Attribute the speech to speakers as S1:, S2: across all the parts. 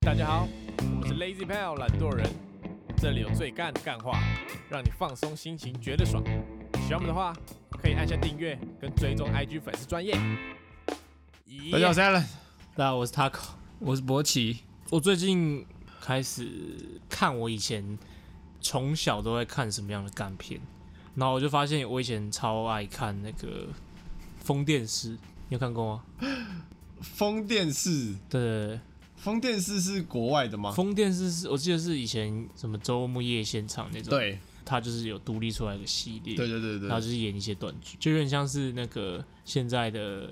S1: 大家好，
S2: 嗯
S1: 我是 Lazy Pal 懒惰人，这里有最干的干话，让你放松心情，觉得爽。喜欢我们的话，可以按下订阅跟追踪 IG 粉丝专业。
S2: 大家好，我是 Alan。
S3: 大家好，我是 Taco，我是博奇。我最近开始看我以前从小都在看什么样的干片，然后我就发现我以前超爱看那个《风电师》，你有看过吗？
S2: 风电视，
S3: 对对对，
S2: 风电视是国外的吗？
S3: 风电师》是我记得是以前什么周末夜现场那种，，
S2: 对，
S3: 它就是有独立出来的系列，
S2: 对对对
S3: 然后
S2: 对，
S3: 就是演一些短剧，就有点像是那个现在的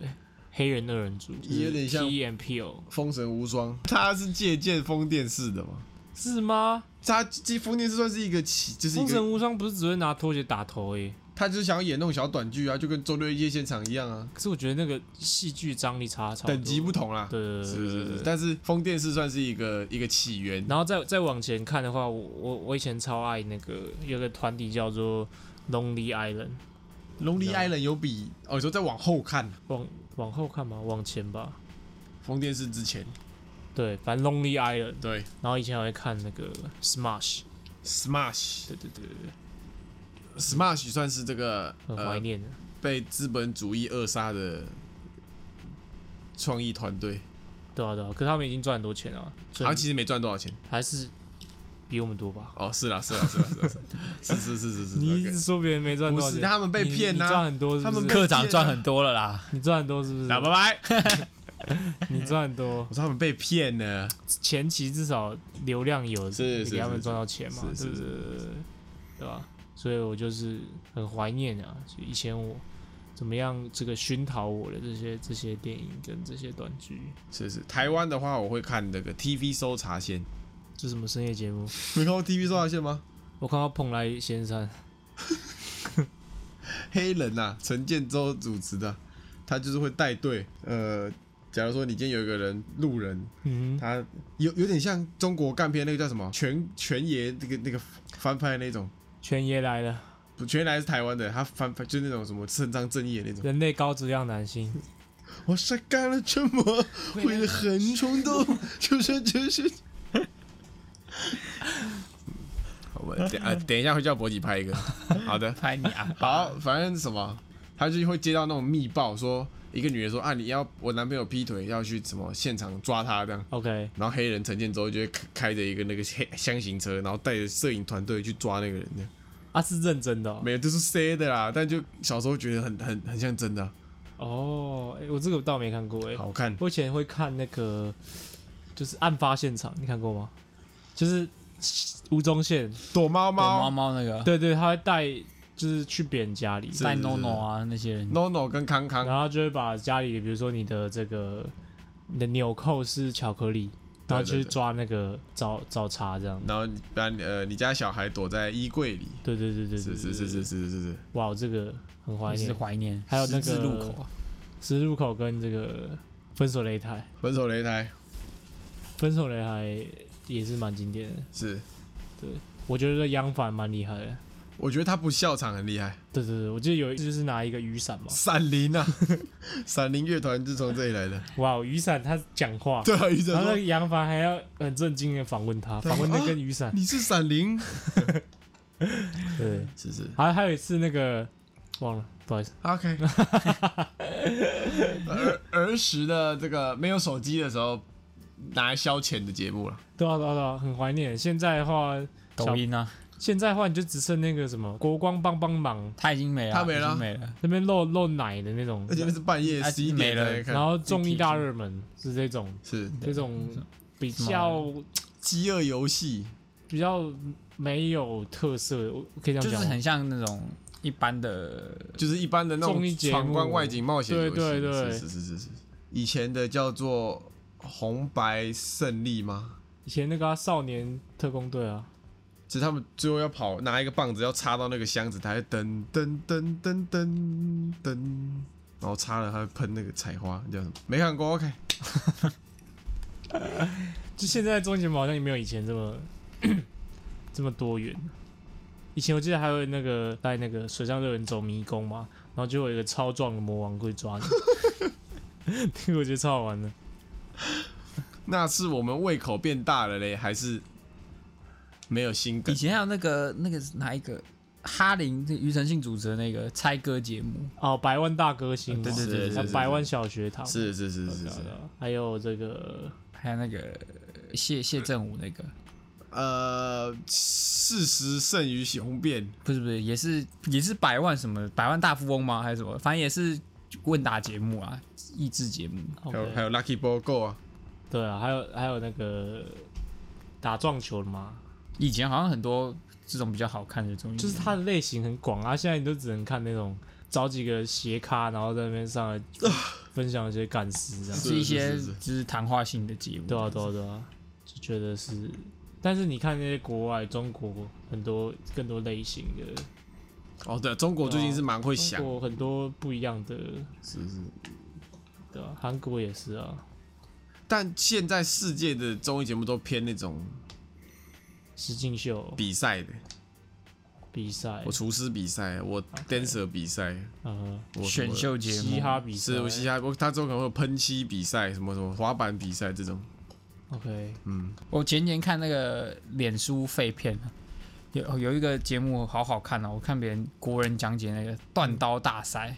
S3: 黑人二人组，就是
S2: 有点像
S3: P M P O
S2: 风神无双，它是借鉴风电视的嘛？
S3: 是吗？
S2: 它这风电视算是一个起，就是一
S3: 风神
S2: 个，
S3: 无双不是只会拿拖鞋打头诶、
S2: 他就是想要演那种小短剧啊，就跟周六夜现场一样啊，
S3: 可是我觉得那个戏剧张力差超多
S2: 等级不同啦。
S3: 对对对
S2: 是
S3: 对
S2: 是
S3: 对
S2: 是，
S3: 对。
S2: 但是风电视算是一个一个起源。
S3: 然后再再往前看的话，我我我以前超爱那个有个团体叫做 Lonely Island，
S2: Lonely Island 有比哦，你说再往后看，
S3: 往往后看吗？往前吧。
S2: 风电视之前，
S3: 对，反正 Lonely Island。
S2: 对
S3: 然后以前还会看那个 Smash，
S2: ，Smash
S3: 对对对对对，
S2: Smash 算是这个
S3: 很怀
S2: 呃
S3: 念的。
S2: 被资本主义扼杀的创意团队。
S3: 对啊对啊，可是他们已经赚很多钱了，所
S2: 好
S3: 以
S2: 像其实没赚多少钱。
S3: 还是比我们多吧？
S2: 哦，是啦，是啦，是啦，是啦， 是啦是是是是是。
S3: 你一
S2: OK
S3: 直说别人没赚多少
S2: 不
S3: 钱，
S2: 是他们被
S3: 你
S2: 骗啊
S3: 你赚很多是不是，
S2: 他们被
S4: 科长赚很多了啦，
S3: 你赚很多是不是？
S2: 那拜拜。
S3: 你赚很多
S2: 我，说他们被骗了，
S3: 前期至少流量有
S2: 是是
S3: 给他们
S2: 是
S3: 赚到钱嘛，
S2: 是
S3: 对
S2: 是
S3: 不
S2: 是
S3: 对？对吧？所以我就是很怀念啊，就以前我怎么样这个熏陶我的这些这些电影跟这些短剧，
S2: 是是。台湾的话，我会看那个 TV 搜查线，
S3: 这什么深夜节目，
S2: 没看过 TV 搜查线吗？
S3: 我看到蓬莱仙山，
S2: 黑人呐、啊，陈建州主持的，他就是会带队。呃，假如说你今天有一个人路人，
S3: 嗯，
S2: 他有有点像中国干片那个叫什么全全爷那个那个翻拍的那种，
S3: 全爷来了，
S2: 不全爷来是台湾的，他翻拍就是那种什么伸张正义的那种。
S3: 人类高质量男性，
S2: 我晒干了这么，为了很冲动，就是就是。 好， 我等啊，等一下会叫博吉拍一 个。好的，
S4: 拍你啊！
S2: 好，反正什么，他就会接到那种密报说，一个女人说啊，你要我男朋友劈腿，要去什么现场抓他这样。
S3: OK，
S2: 然后黑人陈建州就会开开着一个那个黑箱型车，然后带着摄影团队去抓那个人这样。
S3: 啊是认真的哦
S2: 没有，这是塞的啦，但就小时候觉得很很很像真的啊，
S3: 哦，诶我这个倒没看过哎，
S2: 好看。
S3: 我以前会看那个，就是案发现场，你看过吗？就是吴宗宪，
S2: 躲猫
S4: 躲猫
S2: 猫
S4: 猫那个，
S3: 对对，他会带，就是去别人家里，
S4: 带 NONO 啊那些人，
S2: ，NONO 跟康康。
S3: 然后就会把家里，比如说你的这个你的纽扣是巧克力，然后
S2: 对对
S3: 去抓那个找找茬这样。
S2: 然后你把你呃你家小孩躲在衣柜里，
S3: 对对对对对
S2: 是是是是是，是是是，
S3: 哇，这个很怀
S4: 也是
S3: 念。
S4: 怀念。
S3: 还有那
S4: 十
S3: 个
S4: 字路口啊，
S3: 十字路口跟这个分手擂台，
S2: 分手擂台
S3: 分手擂台也是蛮经典的，
S2: 是，
S3: 我觉得央反蛮厉害的。
S2: 我觉得他不笑场很厉害，
S3: 对对对，我记得有一次就是拿一个雨伞嘛，
S2: 闪灵 啊，闪灵乐团就从这里来的，
S3: 哇，雨伞他讲话，
S2: 对啊，于哲
S3: 然后那
S2: 说
S3: 个杨凡还要很震惊的访问他，
S2: 对哦
S3: 访问那根雨伞。
S2: 你是闪灵，
S3: 对，
S2: 是是
S3: 还还有一次那个忘了，不好意思，
S2: ，OK，儿儿时的这个没有手机的时候拿来消遣的节目了，
S3: 对啊对啊对啊，很怀念。现在的话，
S4: 抖音啊，
S3: 现在的话你就只剩那个什么国光帮帮忙
S4: 他已经没了，
S2: 他没了
S4: 已经没了。
S3: 那边露露奶的那种
S2: 而，且那是半夜
S4: 啊
S2: 十一点
S4: 没了
S2: 才看
S3: 哎然后综艺大热门是这种
S2: 是
S3: 这种比
S4: 什么
S3: 较
S2: 饥饿游戏，
S3: 比较没有特色的，我可以这样
S4: 就是
S3: 讲吗。
S4: 很像那种一般的，
S2: 就是一般的那
S3: 综艺
S2: 种
S3: 节目
S2: 闯关外景冒险游戏，
S3: 对对对
S2: 是是是是是。以前的叫做红白胜利吗？
S3: 以前那个啊、少年特工队啊，
S2: 就是他们最后要跑，拿一个棒子要插到那个箱子，它会噔噔噔噔噔噔，然后插了它会喷那个彩花，叫什么？没看过，OK。
S3: 就现在的综艺节目好像也没有以前这么这么多元。以前我记得还有那个带那个水上乐园走迷宫嘛，然后就有一个超壮的魔王会抓你，那个我觉得超好玩的。
S2: 那是我们胃口变大了嘞，还是没有心
S4: 以
S2: 梗？
S4: 前还有那个那个哪一个哈林这庾澄庆主持的那个猜歌节目，
S3: 哦，百万大歌星嘛，
S2: 啊对对对对
S3: 还有
S2: 对
S3: 百万小学堂，
S2: 是是是是
S3: 对啊，
S2: 是
S3: 对，啊还有这个
S4: 还有那个谢谢振武那个，
S2: 呃，事实胜于雄辩，
S4: 不是不是，也是也是百万什么百万大富翁吗？还是什么？反正也是问答节目啊，益智节目。
S2: 还有还
S3: OK，
S2: 有 Lucky Ball Go 啊，
S3: 对啊，还有还有那个打撞球的嘛，
S4: 以前好像很多这种比较好看的综艺，
S3: 就是它的类型很广啊，现在你都只能看那种找几个斜咖，然后在那边上 来分享一些感思这样。
S4: 是一些
S2: 是是是
S4: 就是谈话性的节目。
S3: 对啊，对啊，对啊，就觉得是。但是你看那些国外，中国很多更多类型的，
S2: 哦对，中国最近是蛮会想
S3: 哦中，国很多不一样的，
S2: 是是，
S3: 对吧、韩国也是啊，
S2: 但现在世界的综艺节目都偏那种
S3: 实境秀
S2: 比赛的，
S3: 比赛
S2: 我，厨师比赛，我 dancer 比赛，
S3: 呃，
S2: 我什么
S4: 选秀节目，
S3: 嘻哈比赛
S2: 是我嘻哈，我他之后可能会有喷漆比赛，什么什么滑板比赛这种，
S3: ，OK，
S2: 嗯，
S4: 我前年看那个脸书废片，啊有有一个节目好好看哦，我看别人国人讲解那个断刀大赛，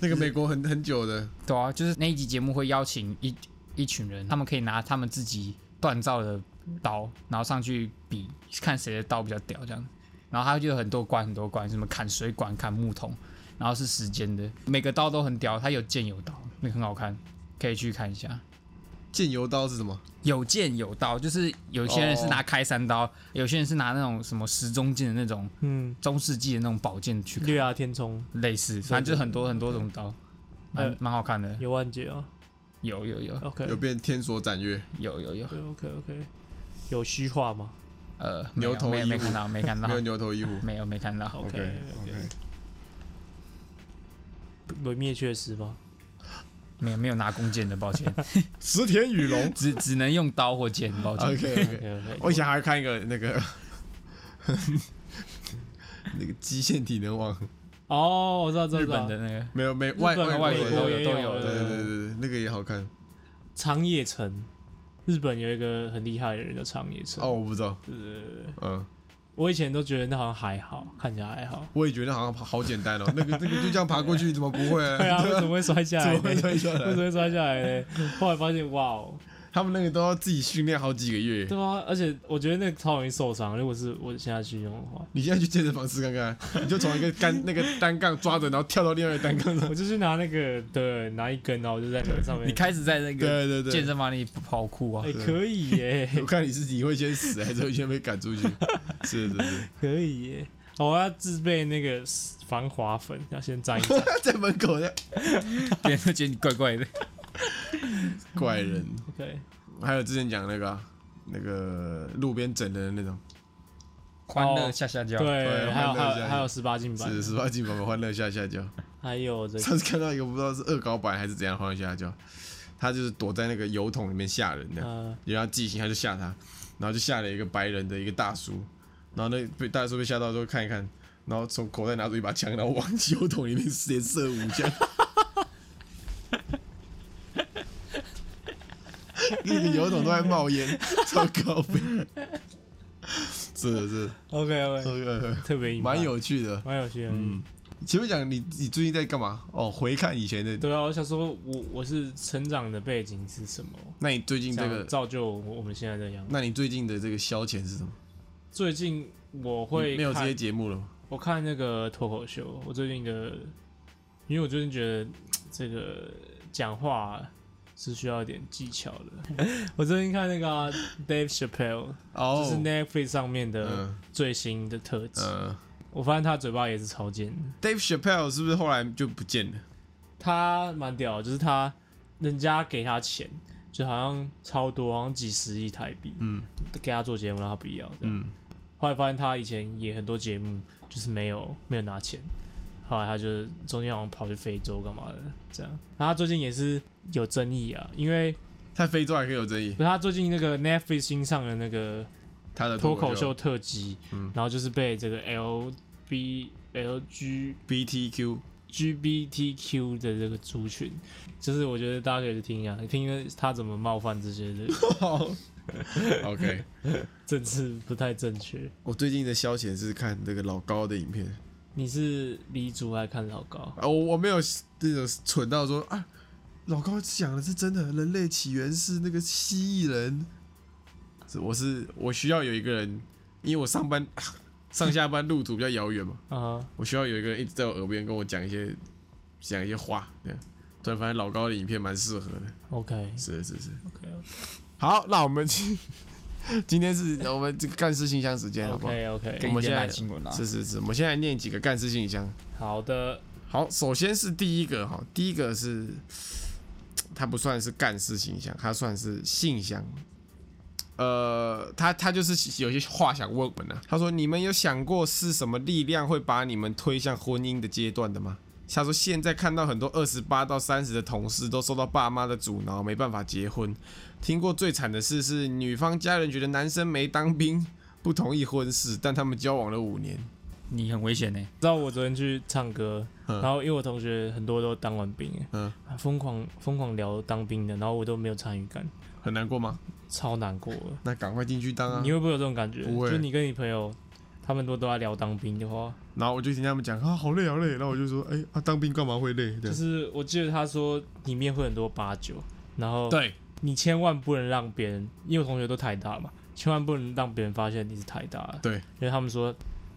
S2: 那个美国很很久的，
S4: 对啊，就是那一集节目会邀请一一群人，他们可以拿他们自己锻造的刀，然后上去比看谁的刀比较屌这样。然后他就有很多关很多关，什么砍水管、砍木桶，然后是时间的，每个刀都很屌，他有剑有刀，那个很好看，可以去看一下。
S2: 剑油刀是什么？
S4: 有剑有刀，就是有些人是
S2: 哦
S4: 拿开山刀，有些人是拿那种什么时钟剑的那种
S3: 嗯，
S4: 中世纪的那种宝剑去砍，
S3: 绿芽天冲，
S4: 类似，反正就是很多很多种刀，蛮
S3: 呃
S4: 蛮好看的。
S3: 有万杰啊
S4: 有有有
S3: ，OK，
S2: 有变天所斩月，
S4: 有有有，
S3: 对，OK，OK，有虚化吗
S4: 呃，没有
S2: 牛头
S4: 没有没
S2: 一物
S4: 看到，没看到
S2: 没，有牛头一 虎。
S4: 没有没看到。
S3: ？OK，
S2: OK，
S3: 有灭确实吗？
S4: 没有没有拿弓箭的，抱歉，
S2: 石田雨 龙。
S4: 只只能用刀或剑，抱歉。
S2: OK OK，
S3: OK，
S2: 我以前还看一个那个那个极限体能王，
S3: 哦，我知道，知道，
S4: 日
S3: 知道
S4: 本的那个
S2: 没有没外
S3: 日本
S2: 外
S4: 外
S2: 国
S4: 国
S2: 人都有，
S4: 的
S3: 也
S4: 都
S3: 有
S4: 有
S2: 对
S4: 的
S2: 对对对，那个也好看。
S3: 长野城，日本有一个很厉害的人叫长野城。
S2: 哦，，我不知道，
S3: 对对对对，
S2: 嗯，
S3: 我以前都觉得那好像还好，看起来 还好。
S2: 我也觉得好像好简单哦，那个那个就这样爬过去，怎么不会？
S3: 对啊，为什么会摔下
S2: 怎
S3: 来
S2: 么
S3: 呢？
S2: 会摔
S3: 为
S2: 下
S3: 什么
S2: 来？
S3: 会摔下来呢？后来发现，哇哦，
S2: 他们那个都要自己训练好几个月
S3: 对。啊，而且我觉得那个超容易受伤。如果是我现在去用的话，
S2: 你现在去健身房试看看，你就从一个杆那个单杠抓着，然后跳到另外一个单杠上。
S3: 我就去拿那个，对，拿一根，然后我就在那个上面。
S4: 你开始在那个
S2: 对对对，
S4: 健身房里跑酷啊
S3: 哎、，可以耶，
S2: 我看你是你会先死，还是会先被赶出去？是是是，
S3: 可以耶。哦我要自备那个防滑粉，要先沾 一沾。
S2: 在门口的
S4: 别人都觉得你怪怪的。
S2: 怪人，
S3: OK，
S2: 还有之前讲那个啊、那个路边整人的那种，
S4: 欢乐下下焦，
S3: 对，
S2: 哦对
S3: 还有
S2: 换那
S3: 还
S2: 个
S3: 有
S2: 下
S3: 还有
S2: 去
S3: 十八禁版，
S2: 是十八禁宝宝欢乐下下叫。
S3: 还有这个
S2: 上次看到一个不知道是恶搞版还是怎样的欢乐下下叫，他就是躲在那个油桶里面吓人的，
S3: 呃，
S2: 人家记性他就吓他，然后就吓了一个白人的一个大叔，然后那被大叔被吓到之后看一看，然后从口袋拿出一把枪，然后往油桶里面连射五枪。那个油桶都在冒烟，超高倍。是的是的
S3: OK OK，
S2: 呃，
S3: 特别硬派
S2: 蛮有趣的。
S3: 蛮有趣的。
S2: 嗯，前面讲你你最近在干嘛？哦，回看以前的。
S3: 对啊，我想说我我是成长的背景是什么，
S2: 那你最近这
S3: 样
S2: 个，
S3: 造就我我们现在的样子。
S2: 那你最近的这个消遣是什么？
S3: 最近我会
S2: 你没有这
S3: 看
S2: 些节目了吗？
S3: 我看那个脱口秀，我最近的，因为我最近觉得这个讲话是需要一点技巧的。 我最近看那个啊、Dave Chappelle，、
S2: 哦，
S3: 就是 Netflix 上面的
S2: 嗯
S3: 最新的特辑，
S2: 嗯。
S3: 我发现他嘴巴也是超贱的。
S2: Dave Chappelle 是不是后来就不见了？
S3: 他蛮屌的，就是他人家给他钱，就好像超多，好像几十亿台币，
S2: 嗯
S3: 给他做节目，然后他不要这样。
S2: 嗯，
S3: 后来发现他以前也很多节目就是没有没有拿钱，后来他就中间好像跑去非洲干嘛的这样。然后他最近也是有争议啊，因为
S2: 在非洲还可以有争议
S3: 不。是他最近那个 Netflix 新上的那个
S2: 他的
S3: 脱口秀
S2: 秀
S3: 特辑，
S2: 嗯
S3: 然后就是被这个 L B L G
S2: BTQ
S3: LGBTQ 的这个族群，就是我觉得大家可以去听一下，听听他怎么冒犯这些的
S2: OK，
S3: 政治不太正确。
S2: 我最近的消遣是看那个老高的影片
S3: 你是黎族还看老高？
S2: 啊，我我没有那种蠢到说啊，老高讲的是真的，人类起源是那个蜥蜴人。是我是我需要有一个人，因为我上班、 上下班路途比较遥远嘛，
S3: 啊、
S2: 我需要有一个人一直在我耳边跟我讲一些讲一些话。对，突然发现老高的影片蛮适合的，
S3: o k
S2: 是是是。
S3: o k
S2: 好，那我们 今今天是我们这个干事信箱时间，好
S3: o
S2: 不好？
S3: k OK，
S2: 我
S4: 跟
S2: 们
S4: 你
S2: 现在
S4: 买新闻啦。
S2: 是是是，我们现在念几个干事信箱。
S3: 好的，
S2: 好，首先是第一个哈，第一个是，它不算是干事信箱，它算是信箱。呃，他他就是有些话想问我们呢、啊他说：“你们有想过是什么力量会把你们推向婚姻的阶段的吗？”他说：“现在看到很多二十八到三十的同事都受到爸妈的阻挠，没办法结婚。听过最惨的事是，女方家人觉得男生没当兵，不同意婚事，但他们交往了五年。
S4: 你很危险欸呢，
S3: 知道我昨天去唱歌，
S2: 嗯
S3: 然后因为我同学很多都当完兵，
S2: 嗯
S3: 嗯，疯狂疯狂聊当兵的，然后我都没有参与感，
S2: 很难过吗？
S3: 超难过的。
S2: 那赶快进去当啊！
S3: 你会不会有这种感觉？
S2: 不会
S3: 就你跟你朋友，他们都都在聊当兵的话，
S2: 然后我就听他们讲啊，好累好累，然后我就说，哎、啊，当兵干嘛会累？
S3: 就
S2: 就是
S3: 是我记得他说里面会很多八九，然后
S4: 对，
S3: 你千万不能让别人，因为我同学都台大嘛，千万不能让别人发现你是台大的。
S2: 对
S3: 因为他们说，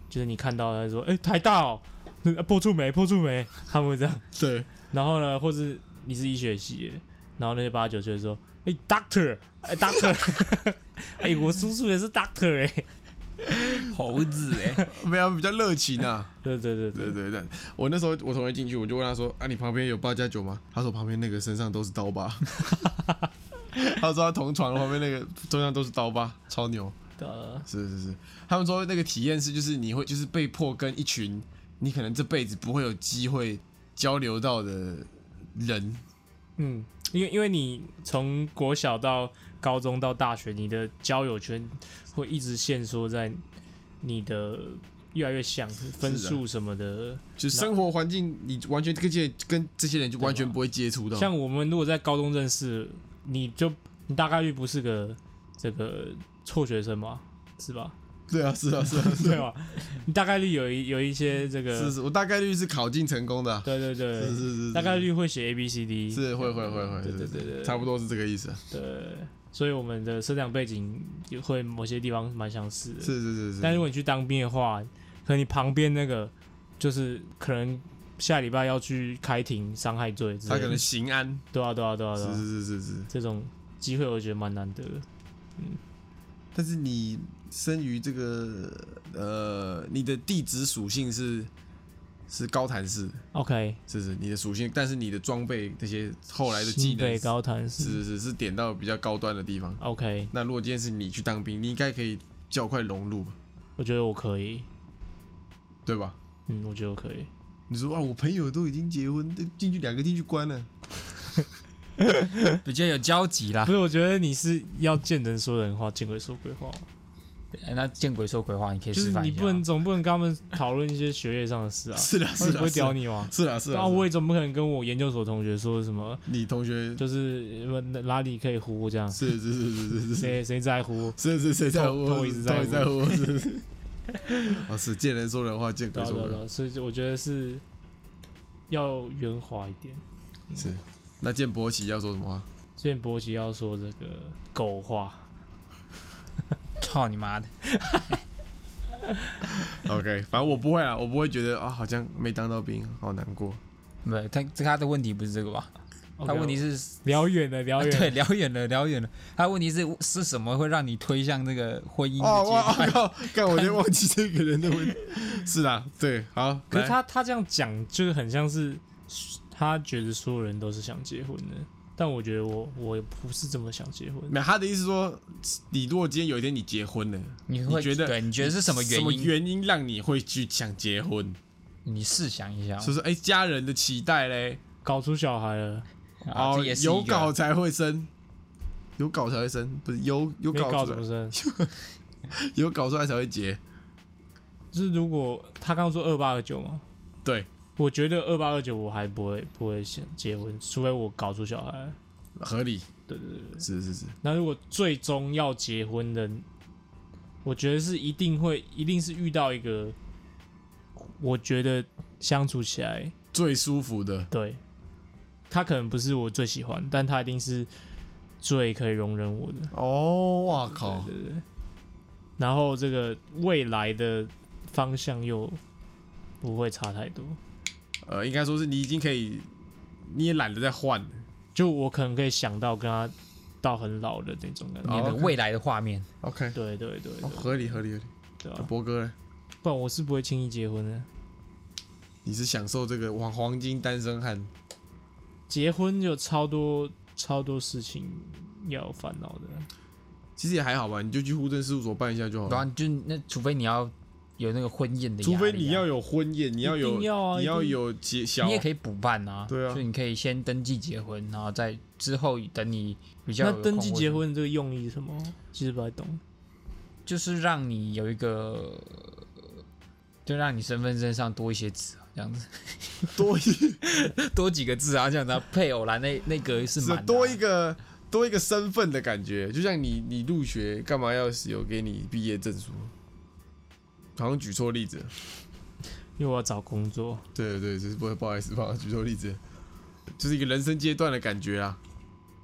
S3: 就是你看到他说，哎、台大哦，那个破处没破处没， 他们会这样。
S2: 对，
S3: 然后呢，或是你是医学系的，然后那些八九岁说，哎、d o c t o r 哎、d o c t o r 哎、我叔叔也是 doctor 哎、
S4: 猴子 哎，
S2: 没有比较热情啊。
S3: 对对对对
S2: 对对对，我那时候我同学进去，我就问他说，啊，你旁边有八加九吗？他说旁边那个身上都是刀疤。 他说他同床旁边那个身上都是刀疤，超牛。
S3: 的，
S2: 是是是，他们说那个体验是就是你会就是被迫跟一群你可能这辈子不会有机会交流到的人，
S3: 嗯，因为因为你从国小到高中到大学，你的交友圈会一直限缩在你的越来越像分数什么的。
S2: 就是生活环境你完全跟这跟这些人就完全不会接触到。
S3: 像我们如果在高中认识，你就你大概率不是个这个辍学生嘛，是吧？
S2: 对啊，是啊，是啊， 是
S3: 对
S2: 啊。
S3: 吧？你大概率有一有一些这个，
S2: 是是，我大概率是考进成功的啊、
S3: 对对啊对，
S2: 是是是，
S3: 大概率会写 A B C D，
S2: 是会会会会，
S3: 对对
S2: 是
S3: 对对，
S2: 差不多是这个意思。啊
S3: 对。所以我们的生长背景也会某些地方蛮相似的，
S2: 是是是是，
S3: 但如果你去当兵的话，可能你旁边那个就是可能下礼拜要去开庭伤害罪之类的，
S2: 他可能刑安，
S3: 对啊对啊对啊对
S2: 是
S3: 啊，
S2: 是是是是。
S3: 这种机会我觉得蛮难得的。
S2: 但是你生于这个呃，你的地址属性是是高谭市，
S3: OK，
S2: 是是你的属性，但是你的装备那些后来的技
S3: 新北
S2: 能，
S3: 高谈
S2: 是
S3: 是
S2: 是是是点到比较高端的地方。
S3: OK，
S2: 那如果今天是你去当兵，你应该可以较快融入吧，
S3: 我觉得我可以，
S2: 对吧？
S3: 嗯，我觉得我可以，
S2: 你说啊，我朋友都已经结婚，进去两个进去关了。
S4: 比较有交集啦
S2: 啊
S3: 不。是，我觉得你是要见人说人话，见鬼说鬼话，
S4: 哎那见鬼说鬼话，你可以
S3: 就是
S4: 示范一
S3: 你
S4: 下。
S3: 不能总不能跟他们讨论一些学业上的事啊，
S2: 是的，
S3: 他
S2: 是
S3: 们
S2: 的，
S3: 不会
S2: 是的
S3: 屌你吗？
S2: 是啊，是啊，是
S3: 啊，
S2: 啊
S3: 我也总不可能跟我研究所同学说什么，
S2: 你同学
S3: 就是呃哪里可以呼这样，
S2: 是是是是是是
S3: 谁谁在乎？
S2: 是是谁在乎？
S3: 偷偷一
S2: 是
S3: 直在
S2: 偷
S3: 乎
S2: 在乎，是是。啊，是见人说人话，见
S3: 对
S2: 鬼
S3: 啊
S2: 说
S3: 对啊
S2: 鬼
S3: 对
S2: 话。
S3: 啊，所以我觉得是要圆滑一点。
S2: 是，那见博奇要说什么话？
S3: 之前博奇要说这个狗话，
S4: 操你妈的！
S2: OK，反正我不会啊，我不会觉得啊，好像没当到兵，好难过。
S4: 不，他他的问题不是这个吧？他
S3: OK，哦
S4: 问题是，啊
S3: 聊远了聊远了，
S4: 对，聊远了，聊远了。他问题是是什么会让你推向那个婚姻
S2: 哦，我
S4: 的阶
S2: 我
S4: 段？
S2: 靠，看我就忘记这个人的问题。是啊，对，好。
S3: 可是
S2: 来
S3: 他他这样讲就是很像是他觉得所有人都是想结婚的，但我觉得我我不是这么想结婚。
S2: 没有他的意思说，你如果今天有一天你结婚了，
S4: 你会
S2: 你觉得
S4: 对？你觉得是什么原
S2: 什么
S4: 因？
S2: 原因让你会去想结婚？
S4: 你试想一下哦，
S2: 所以说，哎，家人的期待嘞，
S3: 搞出小孩了，
S4: 啊
S2: 哦
S4: 这也，是
S2: 有
S4: 一个
S2: 搞才会生，有搞才会生，不是有有
S3: 没搞
S2: 搞出
S3: 什么
S2: 来，
S3: 生？
S2: 有搞出来才会结。
S3: 就是如果他刚刚说二八二九嘛，
S2: 对，
S3: 我觉得二八二九我还不会不会想结婚，除非我搞出小孩。
S2: 合理，
S3: 对对对。
S2: 是是是，
S3: 那如果最终要结婚的，我觉得是一定会，一定是遇到一个，我觉得相处起来，
S2: 最舒服的，
S3: 对他可能不是我最喜欢，但他一定是最可以容忍我的。
S2: 哦，哇靠，
S3: 对对对。然后这个未来的方向又不会差太多，
S2: 呃，应该说是你已经可以，你也懒得再换了，
S3: 就我可能可以想到跟他到很老的那种感觉。
S2: 好
S4: 你的
S2: 哦 OK
S4: 未来的画面，
S2: OK，
S3: 对对对
S2: 哦，
S3: 对
S2: 合理合理合理。
S3: 对
S2: 那
S3: 啊，
S2: 博哥呢？
S3: 不然我是不会轻易结婚的。
S2: 你是享受这个黄黄金单身汉？
S3: 结婚有超多超多事情要烦恼的，
S2: 其实也还好吧，你就去户政事务所办一下就好
S4: 然
S3: 啊
S2: 了。
S4: 后就那除非你要有那个婚宴的压
S2: 除
S4: 力啊，
S2: 非你要有婚宴，你要
S3: 一
S2: 有，
S3: 定要啊
S2: 你要
S3: 一定
S2: 有结小，
S4: 你也可以补办啊，
S2: 对啊
S4: 所以你可以先登记结婚，然后再之后等你比较
S3: 那
S4: 有空
S3: 登记
S4: 或者
S3: 结婚这个用意是什么？其实不太懂。
S4: 就是让你有一个，就让你身份证上多一些字啊，这样子
S2: 多一
S4: 多几个字啊，这样子啊、配偶栏那那格是满的啊、
S2: 多一个多一个身份的感觉，就像你你入学干嘛要有给你毕业证书？好像举错例子了，
S3: 因为我要找工作，
S2: 对对对，就是不不好意思，不好意思，举错例子，就是一个人生阶段的感觉啊，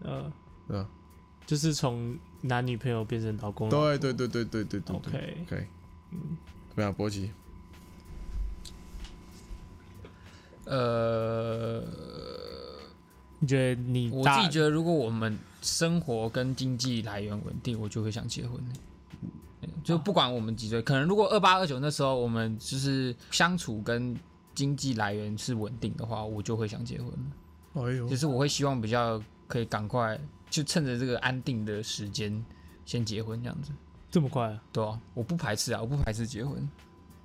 S3: 呃，
S2: 对吧？
S3: 就是从男女朋友变成老公老
S2: 对
S3: 婆。
S2: 对对对对对对对
S3: OK，
S2: ，OK，怎嗯么样，博奇？
S4: 呃，
S3: 你觉得你
S4: 我自
S3: 大
S4: 己觉得如果我们生活跟经济来源稳定，我就会想结婚。
S2: 哦
S4: 就不管我们几岁，可能如果二八二九那时候我们就是相处跟经济来源是稳定的话，我就会想结婚。
S2: 哎呦
S4: 就是我会希望比较可以赶快，就趁着这个安定的时间先结婚这样子。
S3: 这么快啊？
S4: 对啊，我不排斥啊，我不排斥结婚。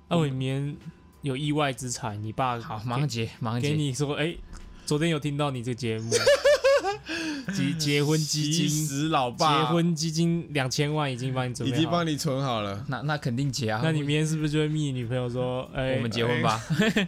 S3: 那我明天有意外之财，你爸
S4: 嗯好，
S3: 给
S4: 马上结，马上
S3: 给
S4: 结。
S3: 你说，哎、昨天有听到你这个节 目，结结婚基
S2: 其
S3: 金，
S2: 实老
S3: 结
S2: 爸
S3: 婚基金两千万已经帮你准
S2: 已
S3: 备好
S2: 经
S3: 了
S2: 帮你存好 了，
S4: 那那肯定结啊。
S3: 那你明天是不是就会密女朋友说，哎、
S4: 我们结婚吧？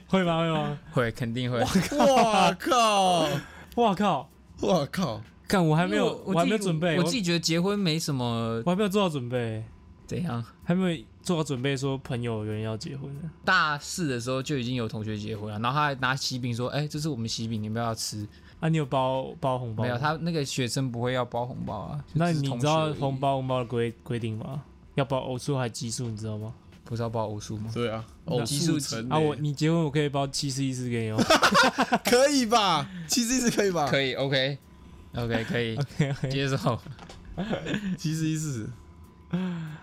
S3: 会吗？会吗？
S4: 会，肯定会。
S2: 哇靠！
S3: 哇靠！
S2: 哇靠！
S3: 看我还没有，
S4: 因为
S3: 我还没有
S4: 自己
S3: 准备，
S4: 我
S3: 我
S4: 自己觉得结婚没什么
S3: 我还没有做好准备，
S4: 怎样。
S3: 还没有做好准备，说朋友有人要结婚了，
S4: 大四的时候就已经有同学结婚了，然后他还拿喜饼说：“哎、这是我们喜饼，你们要不要吃
S3: 啊，你有包包红？”包？
S4: 没有，，他那个学生不会要包红包啊。就
S3: 那
S4: 只是
S3: 你
S4: 同
S3: 知道
S4: 学而已
S3: 红包红包的规规定吗？要包偶数还奇数，你知道吗？
S4: 不是要包偶数吗？
S2: 对啊，偶
S4: 奇数
S2: 数成
S3: 啊，
S2: 欸
S3: 我你结婚我可以包七十一次给你 哦。
S2: 可以吧？其实是可以吧？
S4: 可以，OK，OK，、可 以接受。
S2: 其实是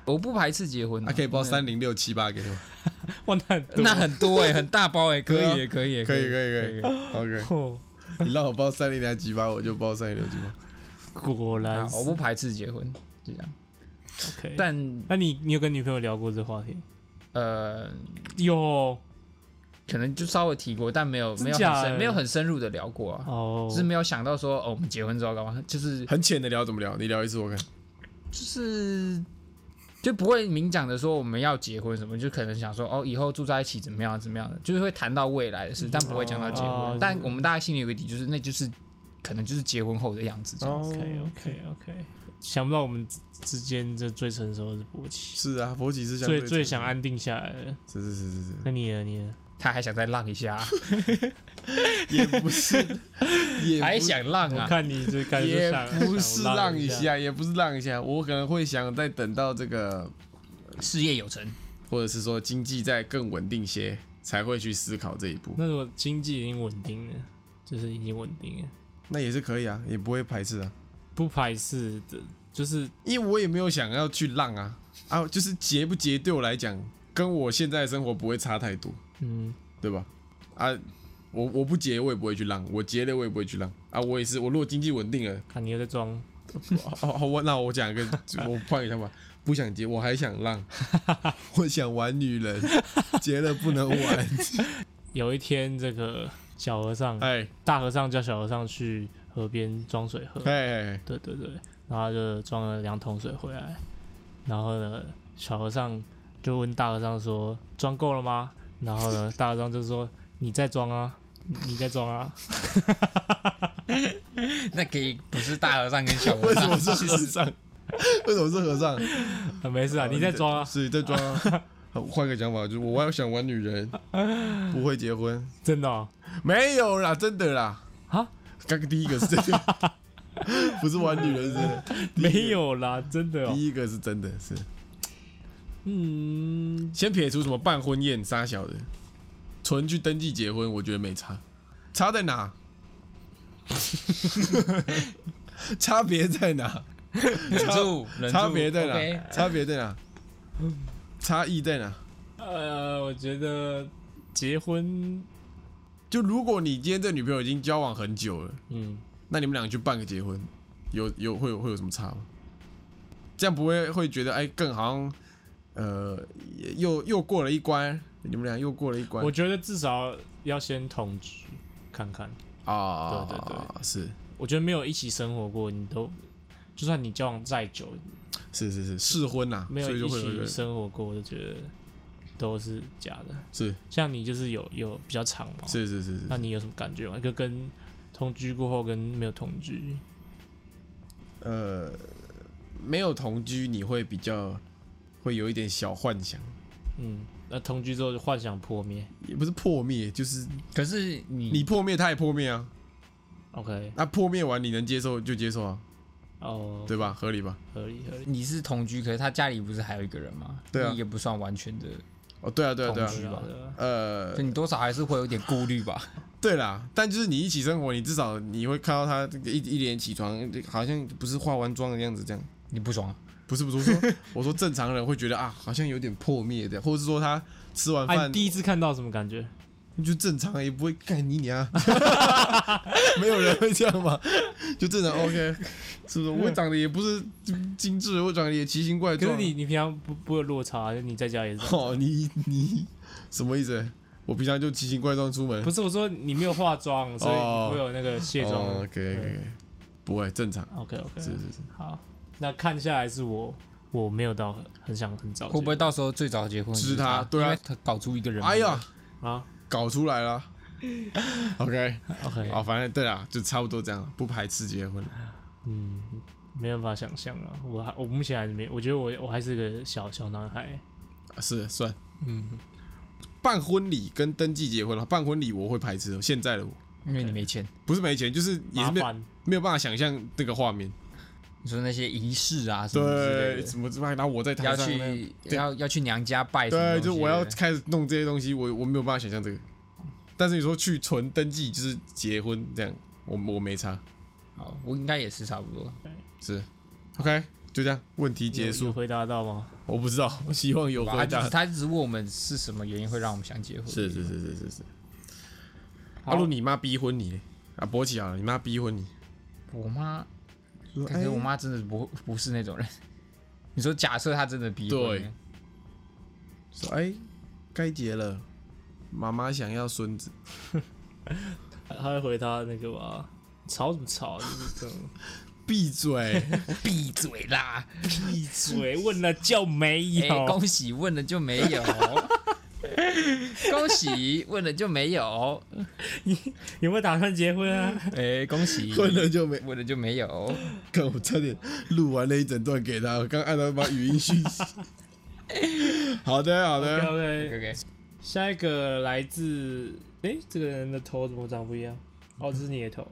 S4: 我不排斥结婚、啊，
S2: 还可以包三零六七八给我。
S3: 哇，那很多
S4: 那很多哎、很大包哎、可以、
S2: 对啊
S4: 欸，可以、欸，
S2: 可以可
S4: 以，
S2: 以可以。OK，
S3: 哦，
S2: 你让我包三零六七八，我就包三零六七八。
S3: 果然
S4: 啊
S3: 是
S4: 我不排斥结婚，就这样。
S3: OK。
S4: 但
S3: 那你你有跟女朋友聊过这话题？
S4: 呃，
S3: 有
S4: 可能就稍微提过，但没有没
S3: 真
S4: 有很
S3: 假
S4: 深
S3: 的
S4: 没有很深入的聊过啊，
S3: 哦
S4: 只，是没有想到说哦，我们结婚之后干嘛，就是
S2: 很浅的聊怎么聊？你聊一次我看。
S4: 就是就不会明讲的说我们要结婚什么，就可能想说哦，以后住在一起怎么样怎么样的，就是会谈到未来的事，但不会讲到结婚。
S3: 哦
S4: 但我们大家心里有个底，就是那就是可能就是结婚后的样子这样子。
S3: OK OK OK。想不到我们之之间这最成熟的是博奇，
S2: 是啊，博吉是相
S3: 最
S2: 对
S3: 最想
S2: 成熟
S3: 安定下来的。
S2: 是是是是
S3: 那你呢？你呢？
S4: 他还想再浪一 下，
S2: 是，也不是，也不
S4: 还想浪
S3: 我
S4: 啊。
S3: 看你这感觉
S2: 也
S3: 想
S2: 不是
S3: 想
S2: 浪一
S3: 一，
S2: 下，也不是浪一下，我可能会想再等到这个，
S4: 事业有成，
S2: 或者是说经济再更稳定些，才会去思考这一步。
S3: 那如果经济已经稳定了，就是已经稳定了，
S2: 那也是可以啊，也不会排斥啊。
S3: 不排斥的，就是
S2: 因为我也没有想要去浪啊啊，就是结不结对我来讲，跟我现在的生活不会差太多，
S3: 嗯，
S2: 对吧？啊，我我不结我也不会去浪，我结了我也不会去浪啊，我也是，我如果经济稳定了，
S3: 看你又在装，
S2: 好好我那我讲一个， 我换个想法，不想结我还想浪， 我想玩女人，结了不 能玩，
S3: 有一天这个小和尚，
S2: 哎
S3: 大和尚叫小和尚去河边装水喝
S2: 哎，哎，哎
S3: 对对对，然后他就装了两桶水回来，然后呢，小和尚就问大和尚说：“装够了吗？”然后呢，大和尚就说：“你在装啊，你你在装啊，
S4: 那给不是大和尚跟小和
S2: 为什
S4: 尚，
S2: 么 是和尚？为什么是和尚？
S3: 啊没事啊，你在装啊，
S2: 哦是你在 装啊。好换个讲法，就是我要想玩女 人，不会结婚，
S3: 真的哦
S2: 没有啦，真的啦。
S3: 啊，
S2: 刚刚第一个是这 个，不是玩女人是真的，
S3: 没有啦，真的哦。
S2: 第一个是真的是。
S3: 嗯，
S2: 先撇除什么办婚宴、杀小的，纯去登记结婚，我觉得没差。差在 哪？差别在哪？
S4: 忍住，忍住，
S2: 差别在
S4: OK
S2: 哪？差别在哪？差异在哪？
S3: 呃，我觉得结婚，
S2: 就如果你今天这女朋友已经交往很久了，
S3: 嗯，
S2: 那你们两个去办个结婚，有有会有会有什么差吗？这样不会会觉得哎，更好像呃，又又过了一关，你们俩又过了一关。
S3: 我觉得至少要先同居看看。
S2: 啊，
S3: 对对对，
S2: 是
S3: 我觉得没有一起生活过，你都就算你交往再久，
S2: 是是是试婚呐、
S3: 没有
S2: 所以
S3: 一
S2: 就会有一
S3: 起
S2: 个
S3: 生活过，我就觉得都是假的。
S2: 是
S3: 像你就是有有比较长嘛，
S2: 是是是是
S3: 那，你有什么感觉吗？就跟同居过后跟没有同居，
S2: 呃，没有同居你会比较会有一点小幻想，
S3: 嗯，那同居之后就幻想破灭。
S2: 也不是破灭，就是
S4: 可是你
S2: 你破灭他也破灭啊，
S3: OK，
S2: 那破灭完你能接受就接受啊，
S3: 哦，
S2: 对吧？合理吧？
S3: 合理合理。
S4: 你是同居，可是他家里不是还有一个人吗？
S2: 对啊
S4: 那也不算完全的，
S2: 哦，对啊对啊对啊
S4: 同，居吧
S3: 对啊
S2: 呃
S4: 就，你多少还是会有点顾虑吧。
S2: 对啦，但就是你一起生活，你至少你会看到他这个一一脸起床，好像不是化完妆的样子这 样。
S4: 你不爽啊？
S2: 不是不是，我说我说正常人会觉得啊，好像有点破灭这样，或者是说他吃完
S3: 哎、
S2: 饭、
S3: 你第一次看到什么感觉？
S2: 就正常，啊也不会干你娘，啊 没有人会这样吧？就 正常 OK，是不是？我长得也不是精致，我长得也奇形怪
S3: 可
S2: 状。
S3: 是你你平常不不会有落差，就你在家也是这样。
S2: 哦，你你什么意思？我平常就奇形怪状出门
S3: 不，是我说你没有 化妆，所以你不会有那个卸妆。
S2: 哦、OK OK，不会正常，
S3: OK OK，
S2: 是是是，
S3: 好，那看下来是我我没有到很很想很早结
S4: 会
S3: 婚，
S4: 不会到时候最早结婚
S2: 是
S4: 就是
S2: 他
S4: 他？
S2: 对啊
S4: 因为他搞出一个人。
S2: 哎呀，，
S3: 啊哎
S2: 搞出来 了。OK，
S3: ？OK，
S2: 好，反正对啦，就差不多这样，不排斥结婚。啊
S3: 嗯，没办法想象啊，我还我目前还是没，我觉得我我还是个小小男孩。
S2: 是算
S3: 嗯，
S2: 办婚礼跟登记结婚了，办婚礼我会排斥，现在的我
S4: 因为你没钱。
S2: 不是没钱，就是也
S3: 麻
S2: 是没有
S3: 烦，
S2: 没有办法想象那个画面。
S4: 你说那些仪式啊什么之类
S2: 对，
S4: 的，
S2: 怎么怎么，然后我在
S4: 要
S2: 台上呢，
S4: 去要要去娘家拜什么
S2: 对，
S4: 东西
S2: 就
S4: 的。
S2: 我要开始弄这些东西，我我没有办法想象这个。但是你说去纯登记就是结婚这样，我我没差，
S4: 好，我应该也是差不多。
S2: 是 OK，就这样，问题
S3: 有
S2: 结
S3: 有
S2: 束。
S3: 回答到吗？
S2: 我不知道， 我希望有
S4: 吧他
S2: 回
S4: 只
S2: 答
S4: 啊是。他只是问我们是什么原因会让我们想结婚。
S2: 是是是是是是。啊
S4: 好，
S2: 阿如你妈逼婚你嘞啊，勃起好了，你妈逼婚你，
S4: 我妈，
S2: 说
S4: 可是
S2: 哎
S4: 我妈真的不不是那种人。 你说假设她真的逼婚
S2: 对说哎，该结了，妈妈想要孙子，
S3: 他会回答那个吧？吵什么吵？就 是这种
S2: 闭 嘴。
S4: 闭嘴 啦！
S3: 闭嘴，问了就没
S4: 哎、
S3: 有。
S4: 恭喜问了就没 有，恭喜问了就没有，
S3: 有没有打算结婚啊？
S4: 哎、恭 喜
S2: 混了就没
S4: 问了就没有。
S2: 看我差点录完了一整段给他，我刚按到把语音讯 息。好的，好
S3: OK
S2: 的，
S3: OK，
S4: OK，
S3: 啊下一个来自哎、这个人的头怎么长不一样？
S2: 嗯
S3: 哦，这是你的 头，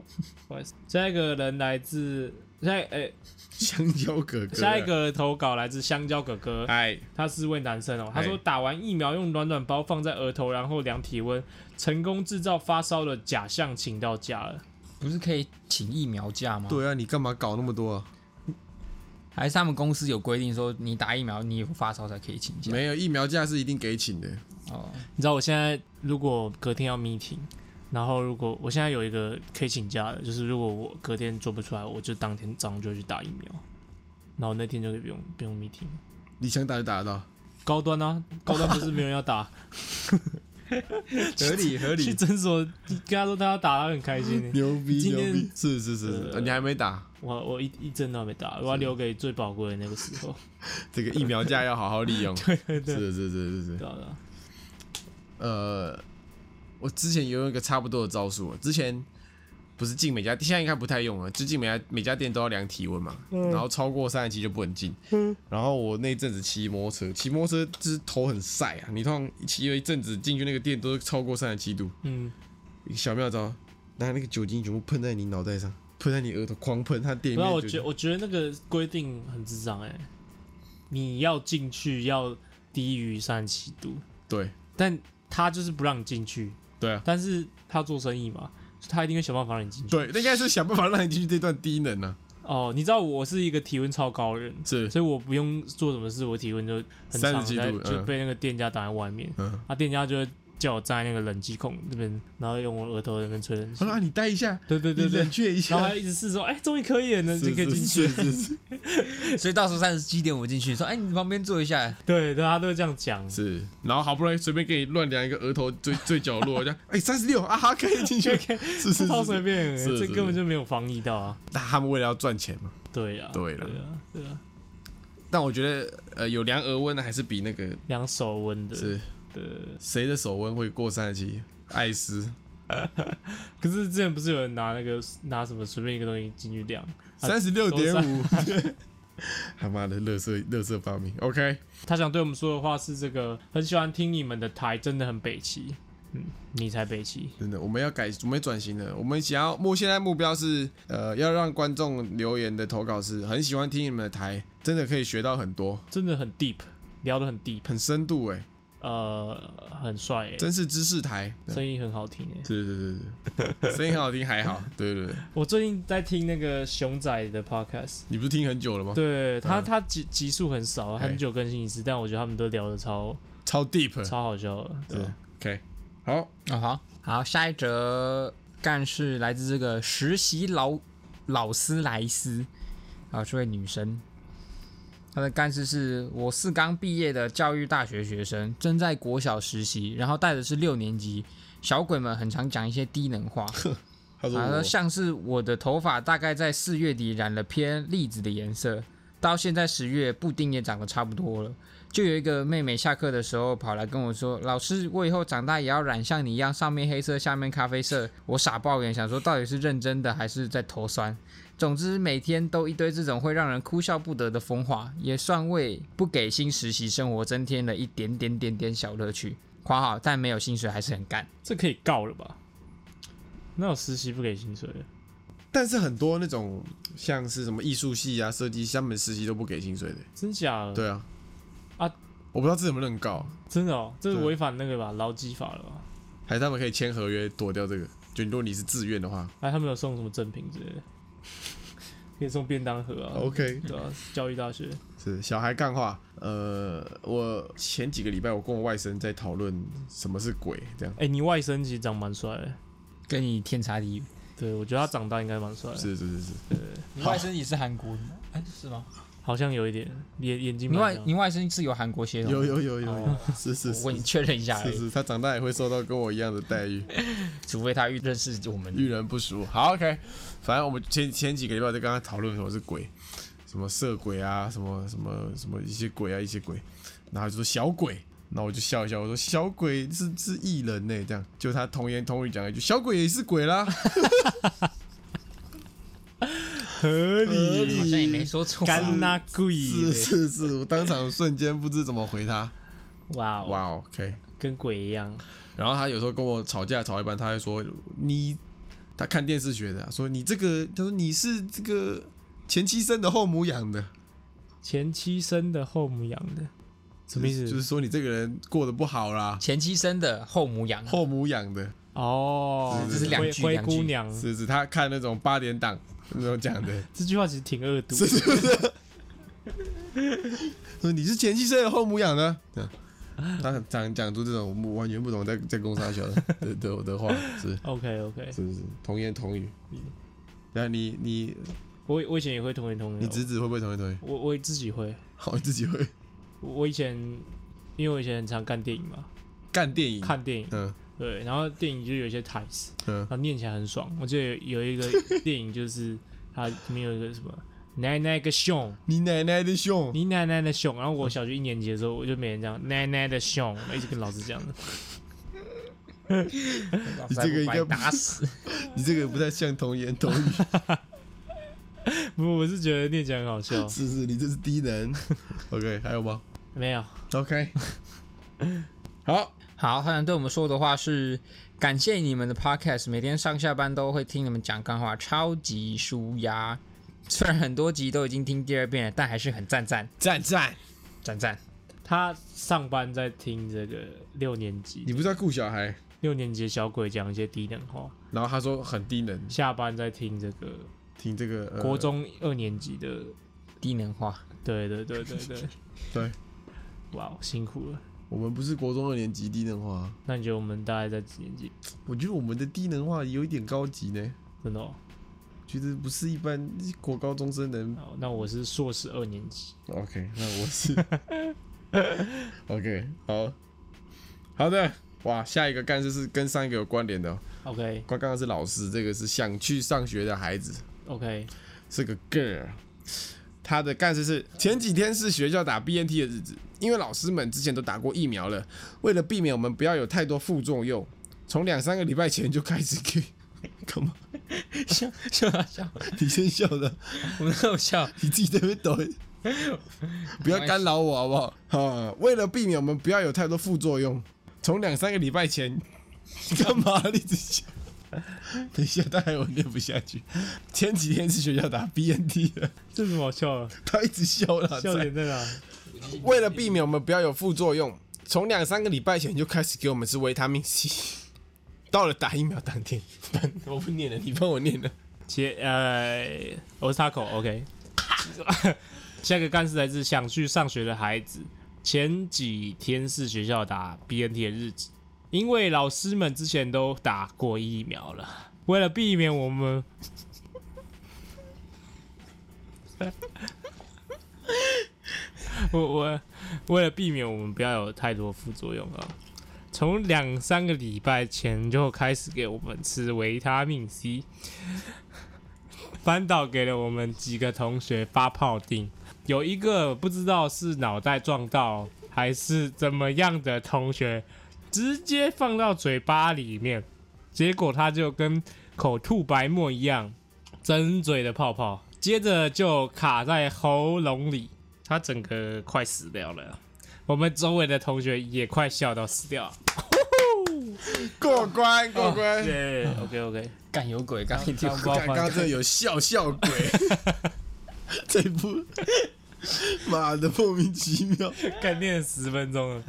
S3: 不好意思。下一个人来自下一哎、
S2: 香蕉哥哥，
S3: 下一，个投稿来自香蕉哥哥，
S2: 哎，
S3: 他是位男生哦。他说
S2: 哎
S3: 打完疫苗用暖暖包放在额头，然后量体温，成功制造发烧的假象，请到假了。
S4: 不是可以请疫苗假吗？，
S2: 对啊，你干嘛搞那么多、啊？
S4: 还是他们公司有规定说，你打疫苗，你有发烧才可以请假。
S2: 没有疫苗假是一定给请的，
S4: 哦，
S3: 你知道我现在如果隔天要 meeting，然后如果我现在有一个可以请假的，就是如果我隔天做不出来，我就当天早上就去打疫苗，然后那天就可以不用不用 meeting。
S2: 你想打就打得 到，
S3: 高端啊，高端不是没有人要打，
S2: 合理合
S3: 去诊所跟他说他要打，他很开心欸。
S2: 牛逼
S3: 今
S2: 牛
S3: 天
S2: 逼，是是是是，
S3: 呃
S2: 你还没打，
S3: 我我一一针都还没打，我要留给最宝贵的那个时候。啊
S2: 这个疫苗假 要好好利用，
S3: 对对对，啊
S2: 是是是是是，
S3: 对啊对啊
S2: 呃，我之前也用一个差不多的招数，之前不是进每家，现在应该不太用了，就进每家每家店都要量体温嘛，然后超过三十七就不能进。然后我那阵子骑摩托车，骑摩托车就是头很晒啊，你通常一骑了一阵子进去那个店都是超过三十七度，
S3: 嗯，
S2: 一个小妙招，拿那个酒精全部喷在你脑袋上，喷在你额头，狂喷，它店里
S3: 不
S2: 面
S3: 然
S2: 的
S3: 我
S2: 酒
S3: 觉
S2: 精
S3: 我觉得那个规定很智障哎、你要进去要低于三十七度，
S2: 对
S3: 但他就是不让你进去，
S2: 对啊。
S3: 但是他做生意嘛，所以他一定会想办法让你进去。
S2: 对，那应该是想办法让你进去这段低能啊，
S3: 哦，你知道我是一个体温超高的人，
S2: 是，
S3: 所以我不用做什么事，我体温就很长，
S2: 37
S3: 在
S2: 度
S3: 就
S2: 嗯
S3: 被那个店家挡在外面，
S2: 嗯，
S3: 啊，店家就会叫我站在那个冷气孔那边，然后用我额头在那边吹冷气
S2: 他。说、啊、你待一下，
S3: 对对对
S2: 你
S3: 对
S2: 冷，却一
S3: 然后
S2: 下
S3: 还，一直试说，哎，终于可以了，呢，
S2: 是
S3: 就可以进去
S2: 是。是是是
S4: 所以到时候三十七点我进去说，哎，你旁边坐一下，
S3: 对，对，他都会这样讲。
S2: 是，然后好不容易随便给你乱量一个额头最最角落，这样，哎，三十六啊，哈，可以进去，是是
S3: 这超
S2: 是
S3: 随
S2: 是，
S3: 便的，
S2: 是
S3: 这
S2: 是
S3: 根本就没有防疫到啊。
S2: 那他们为了要赚钱嘛。
S3: 对啊，
S2: 对啦
S3: 对啊，对啊，
S2: 但我觉得，呃，有量额温的还是比那个
S3: 量手温的。
S2: 是
S3: 对，
S2: 谁的手温会过三十七？艾斯
S3: 可是之前不是有人拿那个拿什么随便一个东西进去量，
S2: 三十六点五， 他妈的，乐色乐色发明。OK，
S3: 他想对我们说的话是这个，很喜欢听你们的台，真的很北齐。嗯，你才北齐。
S2: 真的，我们要改，我们要转型了。我们想要目现在目标是，呃，要让观众留言的投稿是很喜欢听你们的台，真的可以学到很多，
S3: 真的很 deep，聊得很 deep，
S2: 很深度哎、
S3: 呃，很帅欸，
S2: 真是知识台。
S3: 声音很好听欸。
S2: 对对对 对，声音很好听还好，对对对，
S3: 我最近在听那个熊仔的 podcast，
S2: 你不是听很久了吗？
S3: 对他
S2: 嗯
S3: 他集集数很少，
S2: 哎
S3: 很久更新一次，但我觉得他们都聊得超
S2: 超 deep，
S3: 超好笑的。对
S2: 是 OK，好，
S4: 哦好，好，下一则干是来自这个实习老老斯莱斯，啊，这位女生，她的干事是我是刚毕业的教育大学学生，正在国小实习，然后带的是六年级，小鬼们很常讲一些低能话，
S2: 他说
S4: 啊，
S2: 我
S4: 像是我的头发大概在四月底染了偏栗子的颜色，到现在十月布丁也长得差不多了。就有一个妹妹下课的时候跑来跟我说：“老师，我以后长大也要染像你一样，上面黑色，下面咖啡色。”我傻抱怨，想说到底是认真的还是在头酸。总之，每天都一堆这种会让人哭笑不得的疯话，也算为不给新实习生活增添了一点点点点小乐趣。括号，但没有薪水还是很干。
S3: 这可以告了吧？那有实习不给薪水的？
S2: 但是很多那种像是什么艺术系啊、设计系，他们实习都不给薪水的。
S4: 嗯
S3: 真假的？
S2: 对啊，
S3: 啊，
S2: 我不知道这怎么能告，
S3: 真的哦，这是
S2: 对
S3: 违反那个吧劳基法了吧？
S2: 还是他们可以签合约躲掉这个？就如果你是自愿的
S4: 啊
S2: 话
S3: 哎，他们有送什么赠品之 类的？可以送便当盒啊。
S2: ，OK，
S3: 对啊，教育大学
S2: 是小孩干话。呃，我前几个礼拜我跟我外甥在讨论什么是鬼，这样
S3: 哎、你外甥其实长蛮帅的，
S4: 跟你天差地远。
S3: 对我觉得他长大应该蛮帅的，
S2: 是是是是，
S4: 哦你外甥也是韩国的吗？哎，是吗？
S3: 好像有一点眼眼睛
S4: 你
S3: 蛮
S4: 外
S3: 像。
S4: 你外甥是有韩国血统？
S2: 有有有有有
S4: 哦，
S2: 是是
S4: 我
S2: 是
S4: 问你确认一下而
S2: 是
S4: 已，
S2: 是，他长大也会受到跟我一样的待遇。
S4: 除非他遇认识我们。
S2: 遇人不淑。好，OK，反正我们前前几个礼拜在跟他讨论什么是鬼，什么色鬼啊，什么什么什么一些鬼啊，一些鬼，然后他就说小鬼，然后我就笑一笑，我说小鬼是是艺人呢、这样，就他童言童语讲了一句小鬼也是鬼啦，合理
S4: 好像也没说错啊。
S3: 干那贵
S2: 是
S3: 嘞，
S2: 是是，我当场瞬间不知怎么回他，
S3: 哇哦，
S2: 哇、o k
S3: 跟鬼一样。
S2: 然后他有时候跟我吵架吵一半，他会说你，他看电视学的啊、说你这个，他说你是这个前妻生的后母养的，
S3: 前妻生的后母养的，什么意思？
S2: 就是说你这个人过得不好 啦，
S4: 前妻生的后母养，
S2: 后母养的，
S3: 哦，
S2: 这是
S4: 两
S3: 灰
S4: 句
S3: 灰
S4: 两句
S3: 姑娘
S2: 是是，他看那种八点档那种讲的，
S3: 这句话其实挺恶毒的。
S2: 是是不是？ 说你是前妻生的后母养的，嗯 他讲讲出这种我完全不懂在在攻杀小的的的的话，是
S3: OK OK，
S2: 是是童言童语。然后你你
S3: 我我以前也会同言同语，
S2: 你侄子会不会童言 童语？
S3: 我我自己会，
S2: 好，自己会
S3: 我以前因为我以前很常看电影嘛，
S2: 干电影，
S3: 看电影
S2: 嗯
S3: 对，然后电影就有一些台词，
S2: 嗯
S3: 然，后念起来很爽。我记得有有一个电影就是它里面有一个什么奶奶个熊，
S2: 你奶奶的熊，
S3: 你奶奶的熊。然后我小学一年级的时候，我就每天这样奶奶的熊，一直跟老师讲的。
S4: 你
S2: 这个应该不
S4: 打死，
S2: 你这个不太像童言童 语，
S3: 不，我是觉得念起来很好笑。
S2: 是是，你这是低能。OK，还有吗
S3: 没有，
S2: ？OK，好，
S4: 好，他能对我们说的话是：感谢你们的 podcast，每天上下班都会听你们讲干话，超级舒压。虽然很多集都已经听第二遍了，但还是很赞赞
S2: 赞赞。
S4: 赞赞。
S3: 他上班在听这个六年级
S2: 你，不是要顾小孩？
S3: 六年级的小鬼讲一些低能话，
S2: 然后他说很低能，
S3: 下班在听这个
S2: 听这个、呃、
S3: 国中二年级的，
S4: 低能化，
S3: 对对对对对，
S2: 对，
S3: 哇，辛苦了。
S2: 我们不是国中二年级低能化，啊
S3: 那你觉得我们大概在几年级？
S2: 我觉得我们的低能化有一点高级呢，
S3: 真的哦，
S2: 觉得不是一般国高中生能。
S3: 好那我是硕士二年级。
S2: OK，那我是 OK，好好的，哇，下一个干事是跟上一个有关联的、哦，
S3: OK
S2: 刚刚刚是老师，这个是想去上学的孩子，
S3: OK，
S2: 是个 girl。他的干事是前几天是学校打 BNT 的日子，因为老师们之前都打过疫苗了，为了避免我们不要有太多副作用，从两三个礼拜前就开始给。干嘛？
S4: 笑 笑啊笑，
S2: 你先笑的，
S4: 我们都笑。
S2: 你自己在那边抖，不要干扰我好不好？啊，为了避免我们不要有太多副作用，从两三个礼拜前，你干嘛？ 你自己笑。等一下，大概我念不下去。前几天是学校打 BNT 了，
S3: 这有什么好笑的？
S2: 他一直笑了，
S3: 笑
S2: 在
S3: 点在哪？
S2: 为了避免我们不要有副作用，从两三个礼拜前就开始给我们吃维他命 C。到了打疫苗当天，我不念了，你帮我念了。
S3: 切，呃，我是 Taco。OK，下一个干事来自想去上学的孩子。前几天是学校打 BNT 的日子，因为老师们之前都打过疫苗了，为了避免我们 我我为了避免我们不要有太多副作用啊，从两三个礼拜前就开始给我们吃维他命 C，班导给了我们几个同学发泡定，有一个不知道是脑袋撞到还是怎么样的同学，直接放到嘴巴里面，结果他就跟口吐白沫一样，整嘴的泡泡，接着就卡在喉咙里。他整个快死掉了。我们周围的同学也快笑到死掉了。
S2: 过关，过关。
S3: 对，OK OK，
S4: 干有鬼，刚一
S3: 刚
S4: 跳
S3: 刚
S2: 刚刚这有笑笑 鬼，这一部妈的莫名其妙，
S3: 干练十分钟了，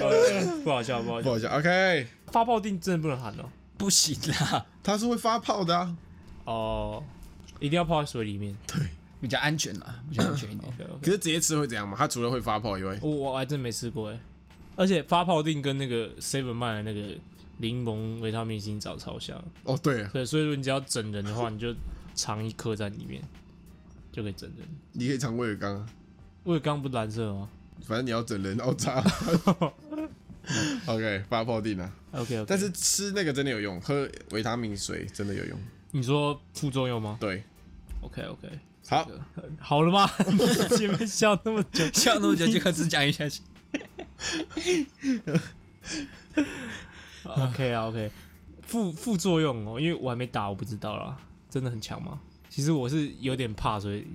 S3: 呃 不好笑，不好
S2: 不
S3: 笑。
S2: 好笑。OK，
S3: 发泡定真的不能喊哦。
S4: 不行啦，
S2: 他是会发泡的、啊，
S3: 哦，一定要泡在水里面。
S4: 比较安全啦，比较安全一点。
S3: OK，OK
S2: 可是直接吃会怎样嘛？他除了会发泡以外，
S3: 我我还真没试过哎。而且发泡定跟那个 Seven 卖的那个柠檬维他命 C 早超像，
S2: 哦对了，
S3: 对，所以如果你只要整人的话，你就藏一颗在里面，就可以整人。
S2: 你可以尝威尔刚啊，
S3: 我刚不是蓝色吗
S2: 反正你要整人奥 扎。OK，发泡定啊，
S3: ？OK OK，
S2: 但是吃那个真的有用，喝维他命水真的有用。
S3: 你说副作用吗
S2: 对，
S3: ？OK OK，
S2: 好，
S3: 好了吗？ 前面笑那么久，
S4: 笑那么久，就开始讲一下去。
S3: OK 啊 OK，副副作用哦，因为我还没打，我不知道啦，真的很强吗？其实我是有点怕，所以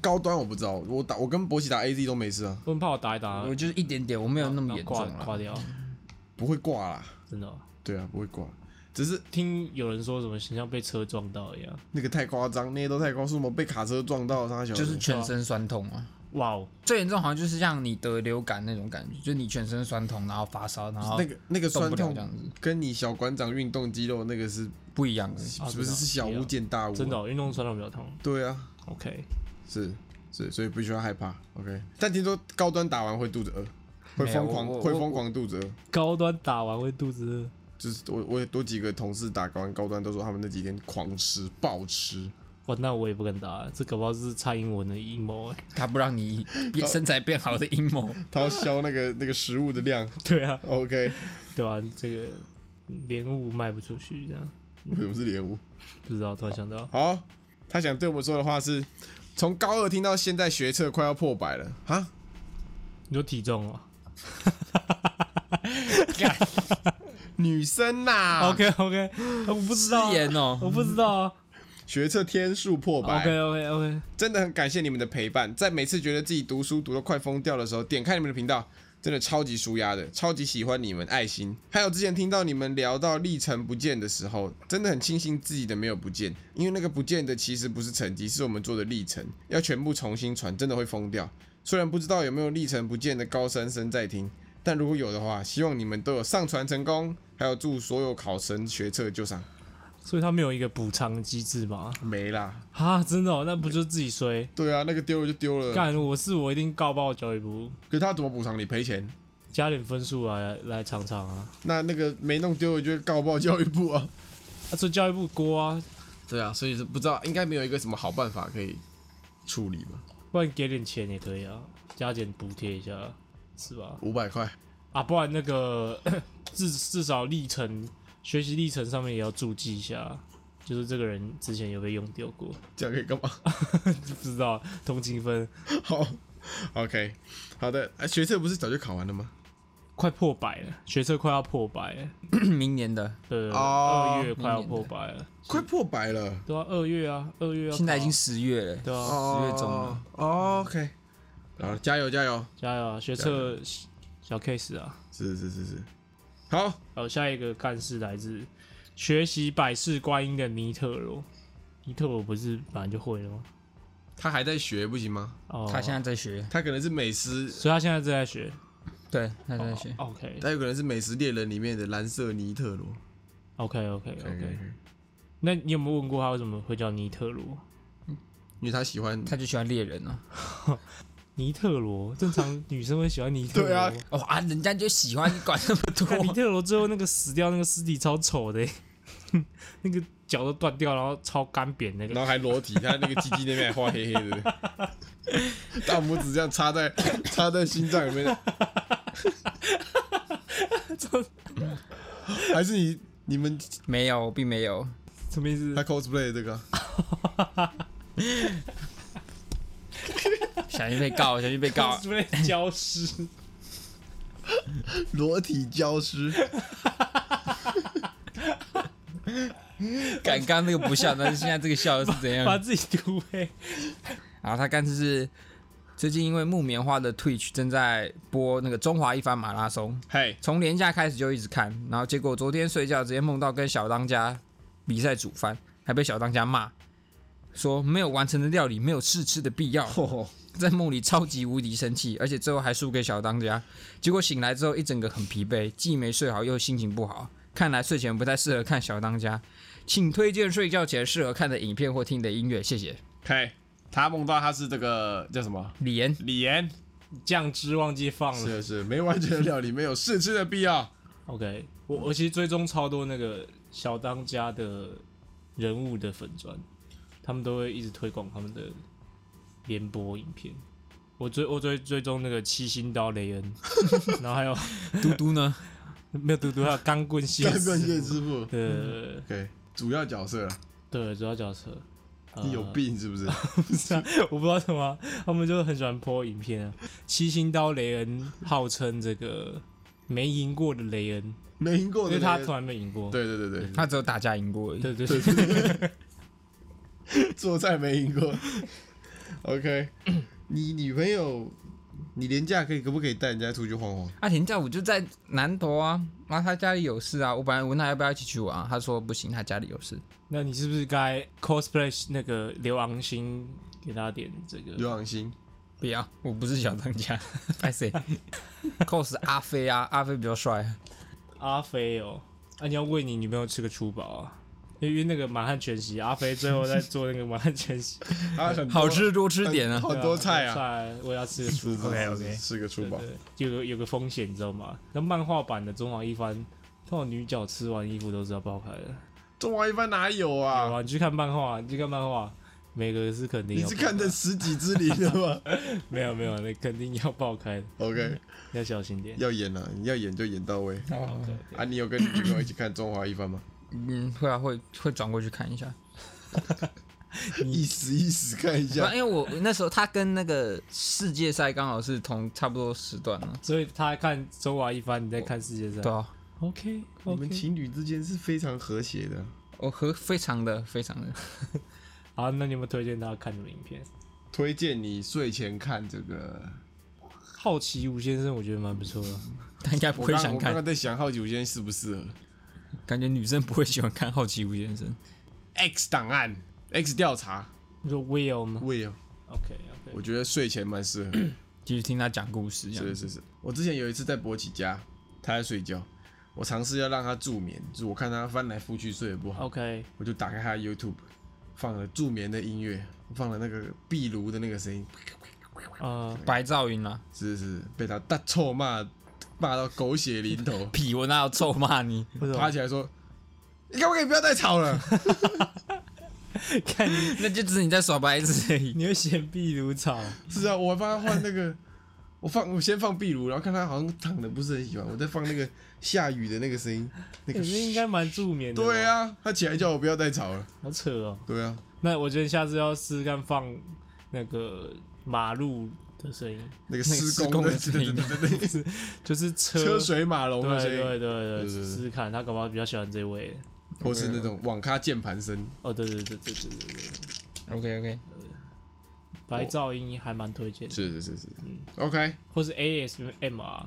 S2: 高端我不知道，我打我跟博喜打 AZ 都没事啊，
S3: 我很怕我打一打
S4: 我就是一点点，我没有那么
S3: 然后
S4: 严重
S3: 挂
S4: 啦
S3: 挂。掉，
S2: 不会挂啦。
S3: 真的哦。
S2: 对啊，不会挂，只是
S3: 听有人说什么像被车撞到一样，
S2: 那个太夸张，那些都太夸张，我被卡车撞到，他小的
S4: 就是全身酸痛啊。
S3: 哇哦，
S4: 最严重好像就是像你得流感那种感觉，就你全身酸痛，然后发烧，然后
S2: 那个那个
S4: 动
S2: 酸
S4: 不了
S2: 痛
S4: 这样子，
S2: 跟你小馆长运动肌肉那个是
S4: 不一样的。
S3: 啊
S2: 是不是
S3: 真的
S2: 是小巫见大巫？啊
S3: 真的、？哦，运动酸痛比较痛。
S2: 对啊，
S3: OK，
S2: 是是，所以不需要害怕。OK，但听说高端打完会肚子饿，会
S4: 没有
S2: 疯狂
S4: 我我
S2: 会疯狂肚子饿。
S3: 高端打完会肚子饿，
S2: 就是我我有多几个同事打完高端都说他们那几天狂吃暴吃，
S3: 哇，那我也不敢打，这搞不好是蔡英文的阴谋哎。
S4: 他不让你变身材变好的阴谋，
S2: 他要消那个那个食物的量。
S3: 对啊，
S2: OK，
S3: 对啊，这个莲雾卖不出去，这样
S2: 为什么是莲雾？
S3: 不知道，突然想到，
S2: 好，他想对我们说的话是：从高二听到现在，学测快要破百了啊！
S3: 啊你说体重哦，
S2: 女生呐、
S3: OK 啊 OK，我不知道啊，
S4: 失言哦
S3: 我不知道啊。
S2: 学测天数破百
S3: OK OK OK，
S2: 真的很感谢你们的陪伴，在每次觉得自己读书读得快疯掉的时候，点开你们的频道，真的超级舒压的，超级喜欢你们，爱心。还有之前听到你们聊到历程不见的时候，真的很庆幸自己的没有不见，因为那个不见的其实不是成绩，是我们做的历程，要全部重新传，真的会疯掉。虽然不知道有没有历程不见的高三生在听，但如果有的话，希望你们都有上传成功，还有祝所有考生学测就上。
S3: 所以他没有一个补偿机制吧？
S2: 没啦，
S3: 啊，真的、哦，那不就自己衰？
S2: 对啊，那个丢了就丢了，
S3: 干，我是我一定告爆教育部，
S2: 可是他怎么补偿你赔钱？
S3: 加点分数来来尝尝啊！
S2: 那那个没弄丢的就告报教育部啊。
S3: 啊，这教育部锅啊，
S2: 对啊，所以是不知道应该没有一个什么好办法可以处理吧？
S3: 不然给点钱也可以啊，加点补贴一下，是吧？
S2: 五百块，
S3: 啊，不然那个至至少历程、学习历程上面也要注记一下，就是这个人之前有被用掉过，
S2: 这样可以干嘛？
S3: 不知道同情分
S2: 好，OK，好的。啊，学测不是早就考完了吗？
S3: 快破百了，学测快要破百了，
S4: 明年的
S3: 对对对，
S2: 哦
S3: 二月快要
S4: 明年
S3: 破
S4: 的
S3: 百了，
S2: 快破百了，
S3: 对啊，二月啊，二月要
S4: 现在已
S3: 考
S4: 经十月了，
S3: 对啊，
S2: 哦
S4: 十月中了。
S2: 哦，OK，好了，加油加油！
S3: 加油啊，学测小 case 啊。
S2: 是是是是，好，
S3: 好，下一个干事来自学习百世观音的尼特罗。尼特罗不是本来就会了吗？
S2: 他还在学不行吗？
S3: 哦，
S4: 他现在在学，
S2: 他可能是美食，
S3: 所以他现在正在学。
S4: 对，他在学。
S3: 哦 OK
S2: 他有可能是美食猎人里面的蓝色尼特罗。哎
S3: OK OK OK。那你有没有问过他为什么会叫尼特罗？
S2: 因为他喜欢，
S4: 他就喜欢猎人啊。
S3: 尼特罗，正常女生会喜欢尼特罗。
S2: 对啊
S4: 哦啊，人家就喜欢，你管那么
S3: 看尼
S4: 多。
S3: 特罗最后那个死掉那个尸体超丑的欸， 那个脚都断掉，然后超干扁那
S2: 然
S3: 个。
S2: 后还裸体，他那个鸡鸡那边还画黑黑的，大拇指这样插在插在心脏里面，还是你你们
S4: 没有，并没有。
S3: 什么意思
S2: 他？cosplay 这个，
S4: 小心被告，小心被告。
S3: 是不是 消失？
S2: 裸体教师，
S4: 敢刚那个不笑，但是现在这个笑是
S2: 嗯
S4: 怎样
S3: 把？自己欸涂黑。
S4: 然后他干脆是最近因为木棉花的 Twitch 正在播那个中华一番马拉松，
S2: 嘿，
S4: 从年假开始就一直看，然后结果昨天睡觉直接梦到跟小当家比赛煮饭，还被小当家骂，说没有完成的料理没有试吃的必要，在梦里超级无敌生气，而且最后还输给小当家。结果醒来之后一整个很疲惫，既没睡好又心情不好，看来睡前不太适合看小当家，请推荐睡觉前适合看的影片或听的音乐，谢谢。
S2: 嘿，他梦到他是这个呃叫什么
S4: 李岩，
S2: 李岩，
S3: 酱汁忘记放了。
S2: 是啊是，没完成的料理没有试吃的必要，
S3: OK，我我其实追踪超多那个小当家的人物的粉砖，他们都会一直推广他们的联播影片。我追我追追踪那个七星刀雷恩， 然后还有
S4: 嘟嘟呢？
S3: 没有嘟嘟，还有钢棍谢
S2: 干棍谢
S3: 师
S2: 师傅
S3: 傅的
S2: ，OK，主要角色了，
S3: 对主要角色。呃
S2: 你有病是不是？
S3: 是啊， 我不知道什么啊，他们就很喜欢播影片啊。七星刀雷恩号称这个没赢过的雷恩，
S2: 没赢过
S3: 因
S2: 的
S3: 为
S2: 人，
S3: 他从来没赢过。
S2: 对对对
S4: 他只有打架赢过而已。
S3: 对对对，
S2: 对，做菜没赢过，OK，你女朋友，你廉价可以可不可以带人家出去晃晃？
S4: 阿田在我就在南头啊，然后他家里有事啊，我本来问他要不要一起去玩啊，他说不行，他家里有事。
S3: 那你是不是该 cosplay 那个刘昂星，给他点这
S2: 刘
S3: 个？
S2: 朗星，
S4: 不要，我不是小当 家，拍谁 ？cos 阿飞啊，阿飞比较帅。
S3: 阿飞哦，啊，你要喂你女朋友吃个粗饱啊，因为那个满汉全席，阿飞最后在做那个满汉全席，
S2: 他很多
S4: 好吃多吃点啊
S2: 好多菜啊，
S3: 菜我也要吃个粗饱。
S2: 是是个
S3: 对
S2: 粗
S3: 对
S2: 饱。
S3: 对，有个有个风险，你知道吗？那漫画版的中华一番，通常女角吃完衣服都是要爆开的。
S2: 中华一般哪有
S3: 好
S2: 啊？
S3: 啊，你啊去看漫画，你去看漫画，每个是肯定
S2: 你
S3: 要爆
S2: 是
S3: 开。
S2: 看这十几只里的吗
S3: 没有没有，那肯定要爆开的，
S2: ？OK，
S3: 要小心点。
S2: 要演啊，你要演就演到位
S4: 哦，
S2: 啊！你有跟你女朋友一起看中华一番吗？
S4: 嗯，会啊，会会转过去看一下。
S2: 意思意思看一
S4: 对啊，
S2: 下，
S4: 因为我那时候他跟那个世界赛刚好是同差不多时段啊。
S3: 所以他看中华一番，你在看世界赛。
S4: 对啊，
S3: OK
S2: 你们
S3: OK，
S2: 情侣之间是非常和谐的。
S4: 我和非常的非常的，
S3: 好，那你们推荐大家看什么影片？
S2: 推荐你睡前看这个。
S3: 好奇五先生，我觉得蛮不错的。
S4: 他应该不
S2: 我
S4: 会
S2: 刚
S4: 想
S2: 我刚
S4: 看
S2: 刚，在想好奇我今天适不适合
S4: 感觉女生不会喜欢看《好奇五先生》。
S2: X 档案、X 调查。
S3: 你说 Will 吗
S2: 我也有，
S3: ？OK OK，
S2: 我觉得睡前蛮适合。
S4: 继续听他讲故事，这样
S2: 是是是，我之前有一次在博奇家，他在睡觉，我尝试要让他助眠，就是我看他翻来覆去睡得不好
S4: 哦
S3: OK，
S2: 我就打开他的 YouTube，放了助眠的音乐，放了那个壁炉的那个声音，
S3: 呃，
S4: 白噪音啊，，
S2: 是是是，被他大臭骂，骂到狗血淋头
S4: 屁！我哪有臭 骂你？
S3: 不
S2: 爬
S3: 是，
S2: 起来说：“你可不可以不要再吵了
S3: 看你
S4: 那就只是你在耍白痴而已。
S3: 你会嫌壁炉 吵，？”
S2: 是啊，我帮他换那个，我放我先放壁炉，然后看他好像躺的不是很喜欢，我再放那个下雨的那个声 音，那
S3: 可
S2: 个。
S3: 是应该蛮助眠的。
S2: 对，啊，他起来叫我不要再吵了。
S3: 好扯哦。
S2: 对啊，
S3: 那我觉得下次要试试看放那个马路的声音，
S2: 那个
S4: 那个
S2: 施
S4: 施
S2: 工
S4: 工
S2: 的
S4: 的声音
S2: 对对对对对
S3: 就是车
S2: 车水马龙
S3: 对
S2: 的声
S3: 对对
S2: 音，
S3: 对
S2: 对
S3: 对，
S2: 对对
S3: 试试看，他搞不好比较喜欢这位。
S2: 或是那种网咖键盘声。
S3: 哦，对对对对对对对，
S4: OK OK，
S3: 白噪音还蛮推荐的，
S2: 是是是是，OK，
S3: 或是 ASMR，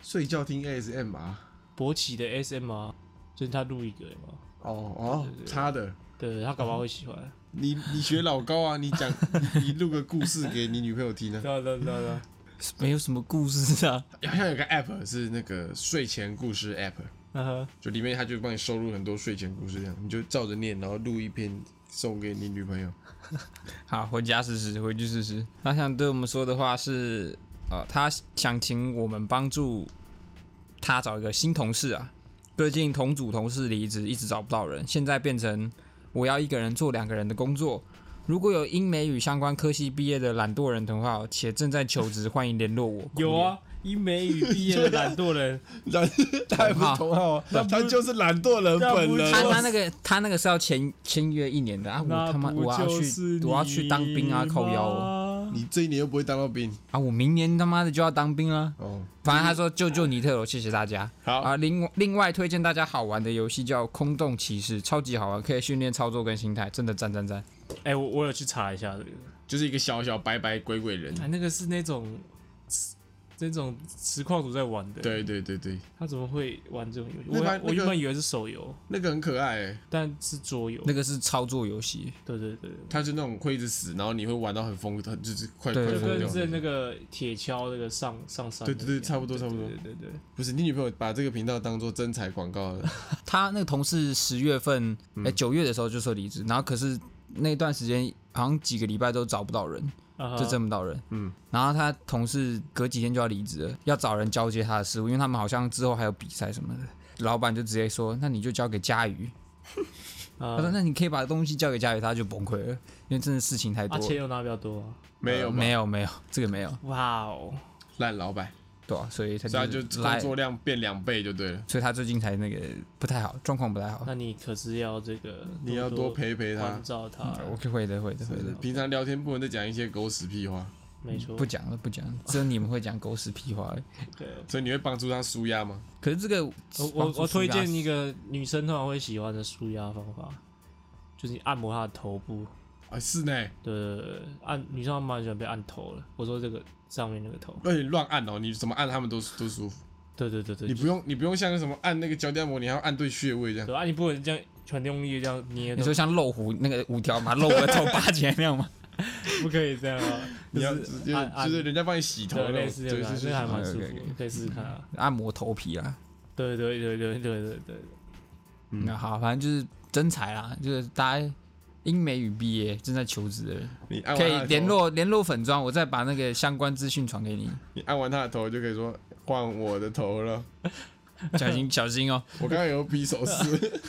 S2: 睡觉听 ASMR。
S3: 勃起的 SMR，就是他录一个嘛，
S2: 哦哦，他的，
S3: 对他搞不好会喜欢。
S2: 你你学老高啊，你讲你你录个故事给你女朋友听 呢、
S3: 对对对
S2: 啊
S3: 对，
S4: 没有什么故事啊。
S2: 好像有个 app 是那个睡前故事 app，
S3: 嗯哼，
S2: 就里面它就帮你收录很多睡前故事，这样你就照着念，然后录一篇送给你女朋友。
S4: 好，回家试试，回去试试。他想对我们说的话是，呃，他想请我们帮助他找一个新同事啊。最近同组同事离职，一直找不到人，现在变成我要一个人做两个人的工作。如果有英美语相关科系毕业的懒惰人同好，且正在求职，欢迎联络我。
S3: 有啊，英美语毕业的懒惰 人，
S2: 然，他也不是
S4: 好
S2: 同好啊，他就是懒惰人本
S3: 那
S4: 他
S3: 不
S2: 人。哦
S4: 他那个他那个是要签签约一年的啊！
S3: 那
S4: 我他妈
S3: 不
S4: 我要
S3: 就
S4: 去
S3: 是
S4: 我要去当兵啊！
S3: 你
S4: 扣腰哦
S3: 吗
S2: 你这一年又不会当到兵
S4: 啊！我明年他妈的就要当兵了。
S2: 哦。
S4: 反正他
S3: 嗯
S4: 说救救尼特罗，谢谢大家。
S2: 好
S4: 啊，另另外推荐大家好玩的游戏叫《空洞骑士》，超级好玩，可以训练操作跟心态，真的赞赞赞。
S3: 哎、我我有去查一下这个，
S2: 就是一个小小白白鬼鬼人。
S3: 哎，那个是那种那种实况组在玩的，，
S2: 对对对对，
S3: 他怎么会玩这种游戏？
S2: 那
S3: 我
S2: 把那
S3: 我原
S2: 个
S3: 本以为是手游，
S2: 那个很可爱、欸，
S3: 但是桌游。
S4: 那个是操作游戏，
S3: 对对对，
S2: 他就那种会一直死，然后你会玩到很疯，很就是快快
S4: 对
S3: 就
S2: 疯
S3: 跟
S2: 掉。
S3: 是那个铁锹那个上上山的
S2: 对
S3: 一样，
S2: 对对差不多差不多
S3: 对对对对
S2: 不是你女朋友把这个频道当做真彩广告了，
S4: 他那个同事十月份
S3: 嗯
S4: 哎九、月的时候就说离职，然后可是那段时间好像几个礼拜都找不到人，
S3: 啊哈
S4: 就挣不到人。
S2: 嗯，
S4: 然后他同事隔几天就要离职了，要找人交接他的事务，因为他们好像之后还有比赛什么的。老板就直接说：“那你就交给佳瑜。”
S2: 嗯
S4: 他说：“
S3: 啊，
S4: 那你可以把东西交给佳瑜，他就崩溃了，因为真的事情太多
S3: 啊
S4: 了。
S3: 钱又拿比较多啊，
S2: 没有
S4: 呃
S2: 吧
S4: 没有没有，这个没有，
S3: 哇哦，
S2: 烂老板，
S4: 对啊，所以他
S2: 所以他就是工
S4: 来，
S2: 作量变两倍就对了。
S4: 所以他最近才那个不太好，状况不太好。
S2: 啊
S3: 那你可是要这个，
S2: 你要多
S3: 多
S2: 陪陪他
S3: 关，照他，
S4: 嗯
S2: 啊
S4: 我啊会的会的会的，
S2: 平常聊天不能再讲一些狗屎屁话，
S3: 没错，
S4: 不讲了 不讲了，只有你们会讲狗屎屁话而已。
S3: 对。
S2: 所以你会帮助他舒压吗？
S4: 可是这个
S3: 我
S4: 帮
S3: 我
S4: 助
S3: 我推
S4: 舒压
S3: 荐一个女生通常会喜欢的舒压方法，就是你按摩她的头部。
S2: 啊，是呢，
S3: 对对对，对按女生蛮喜欢被按头了。我说这个上面那个头。
S2: 而且乱按哦，你怎么按他们都都舒服，
S3: 对对对对，
S2: 你不用你不用像什么按那个脚底按摩，你还要按对穴位这样。
S3: 对啊，你不能这样很用力地这样捏，
S4: 你说像漏壶那个五条把漏壶的头拔起来那样吗？
S3: 不可以这样啊。
S2: 你要
S3: 就
S2: 就是是
S3: 按
S2: 就是人家帮你洗头
S3: 对，
S2: 那
S3: 类
S2: 种，
S3: 似
S2: 对
S3: 这
S2: 对对
S3: 样啊，那还
S2: 对，
S3: 蛮舒服
S4: OK，OK，OK
S3: 的，可以试试看啊。
S4: 按摩头皮啊，
S3: 对对对对对对对，
S2: 嗯
S4: 那好，反正就是真才啦，就是大家英美语毕业正在求职的人，
S2: 你按完
S4: 可
S2: 他
S4: 以
S2: 的头
S4: 联，络联络粉砖，我再把那个相关资讯传给你，
S2: 你按完他的头就可以说换我的头了。
S4: 小心小心哦。
S2: 我刚刚有比手势，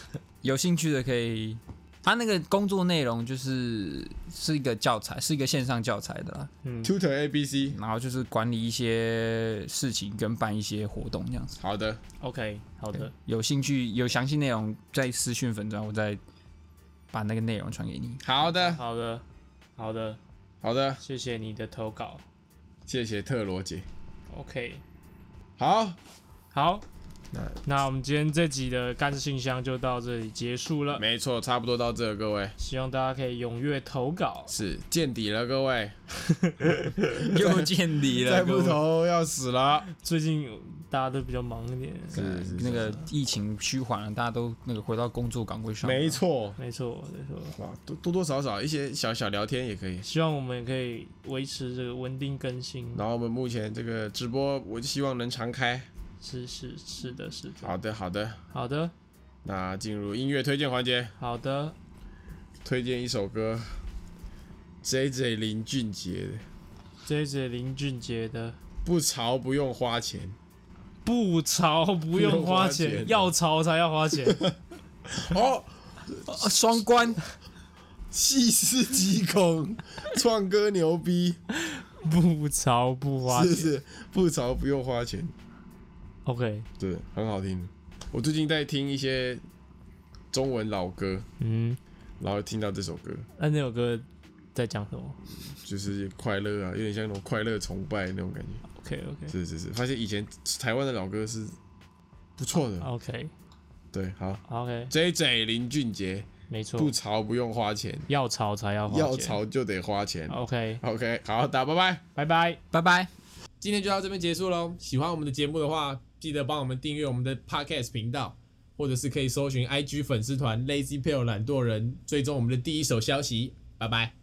S4: 有兴趣的可以，他那个工作内容就是是一个教材，是一个线上教材的啦，
S3: 嗯，
S2: tutor A B C。
S4: 然后就是管理一些事情跟办一些活动这样子。
S2: 好的，
S3: OK，好的，
S4: 有兴趣有详细内容再私讯粉砖，我再把那个内容传 给你。
S2: 好的，
S3: 好的，好的，
S2: 好的，
S3: 谢谢你的投稿。
S2: 谢谢特罗姐。
S3: OK，
S2: 好，
S3: 好，那我们今天这集的干事信箱就到这里结束了，
S2: 没错，差不多到这了，各位
S3: 希望大家可以踊跃投稿。
S2: 是见底了，各位
S5: 又见底了，
S2: 再
S5: 各
S2: 不
S5: 位
S2: 投要死了。嗯
S3: 最近大家都比较忙一点，
S2: 是是
S4: 那个疫情趋缓了，大家都那个回到工作岗位上。
S2: 没，错，
S3: 没错没错。
S2: 哇，多多多少少一些小小聊天也可以。
S3: 希望我们也可以维持这个稳定更新。
S2: 然后我们目前这个直播，我就希望能常开。
S3: 是是是的，是的。
S2: 好的，好的。
S3: 好的
S2: 那进入音乐推荐环节，
S3: 好的，
S2: 推荐一首歌，J J 林俊杰的《
S3: 这一集林俊杰的
S2: 不潮不用花钱》。
S3: 不潮不用花
S2: 不用花
S3: 钱，
S2: 钱
S3: 要潮才要 花钱。
S2: 哦，
S5: 哦双关，
S2: 细思极恐，创哥牛逼，
S3: 不潮不花
S2: 是不
S3: 钱。
S2: 是？不潮不用花钱，
S3: OK，
S2: 对，很好听。我最近在听一些中文老歌，
S3: 嗯，
S2: 然后听到这首歌，
S3: 那那首歌在讲什么
S2: 就是快乐啊，有点像那种快乐崇拜那种感觉。
S3: ？OK OK
S2: 是是是，发现以前台湾的老歌是不错的。
S3: OK
S2: 对，好
S3: OK，
S2: ，J J 林俊杰，
S3: 没错，
S2: 不潮不用花钱，
S3: 要潮才要花钱。
S2: 要潮就得花钱。
S3: OK，
S2: OK，好，打拜拜。
S3: 拜拜。
S4: 拜拜。
S1: 今天就到这边结束喽。喜欢我们的节目的话，记得帮我们订阅我们的 Podcast 频道，或者是可以搜寻 IG 粉丝团 Lazy p a l e 懒惰人，追踪我们的第一手消息。拜拜。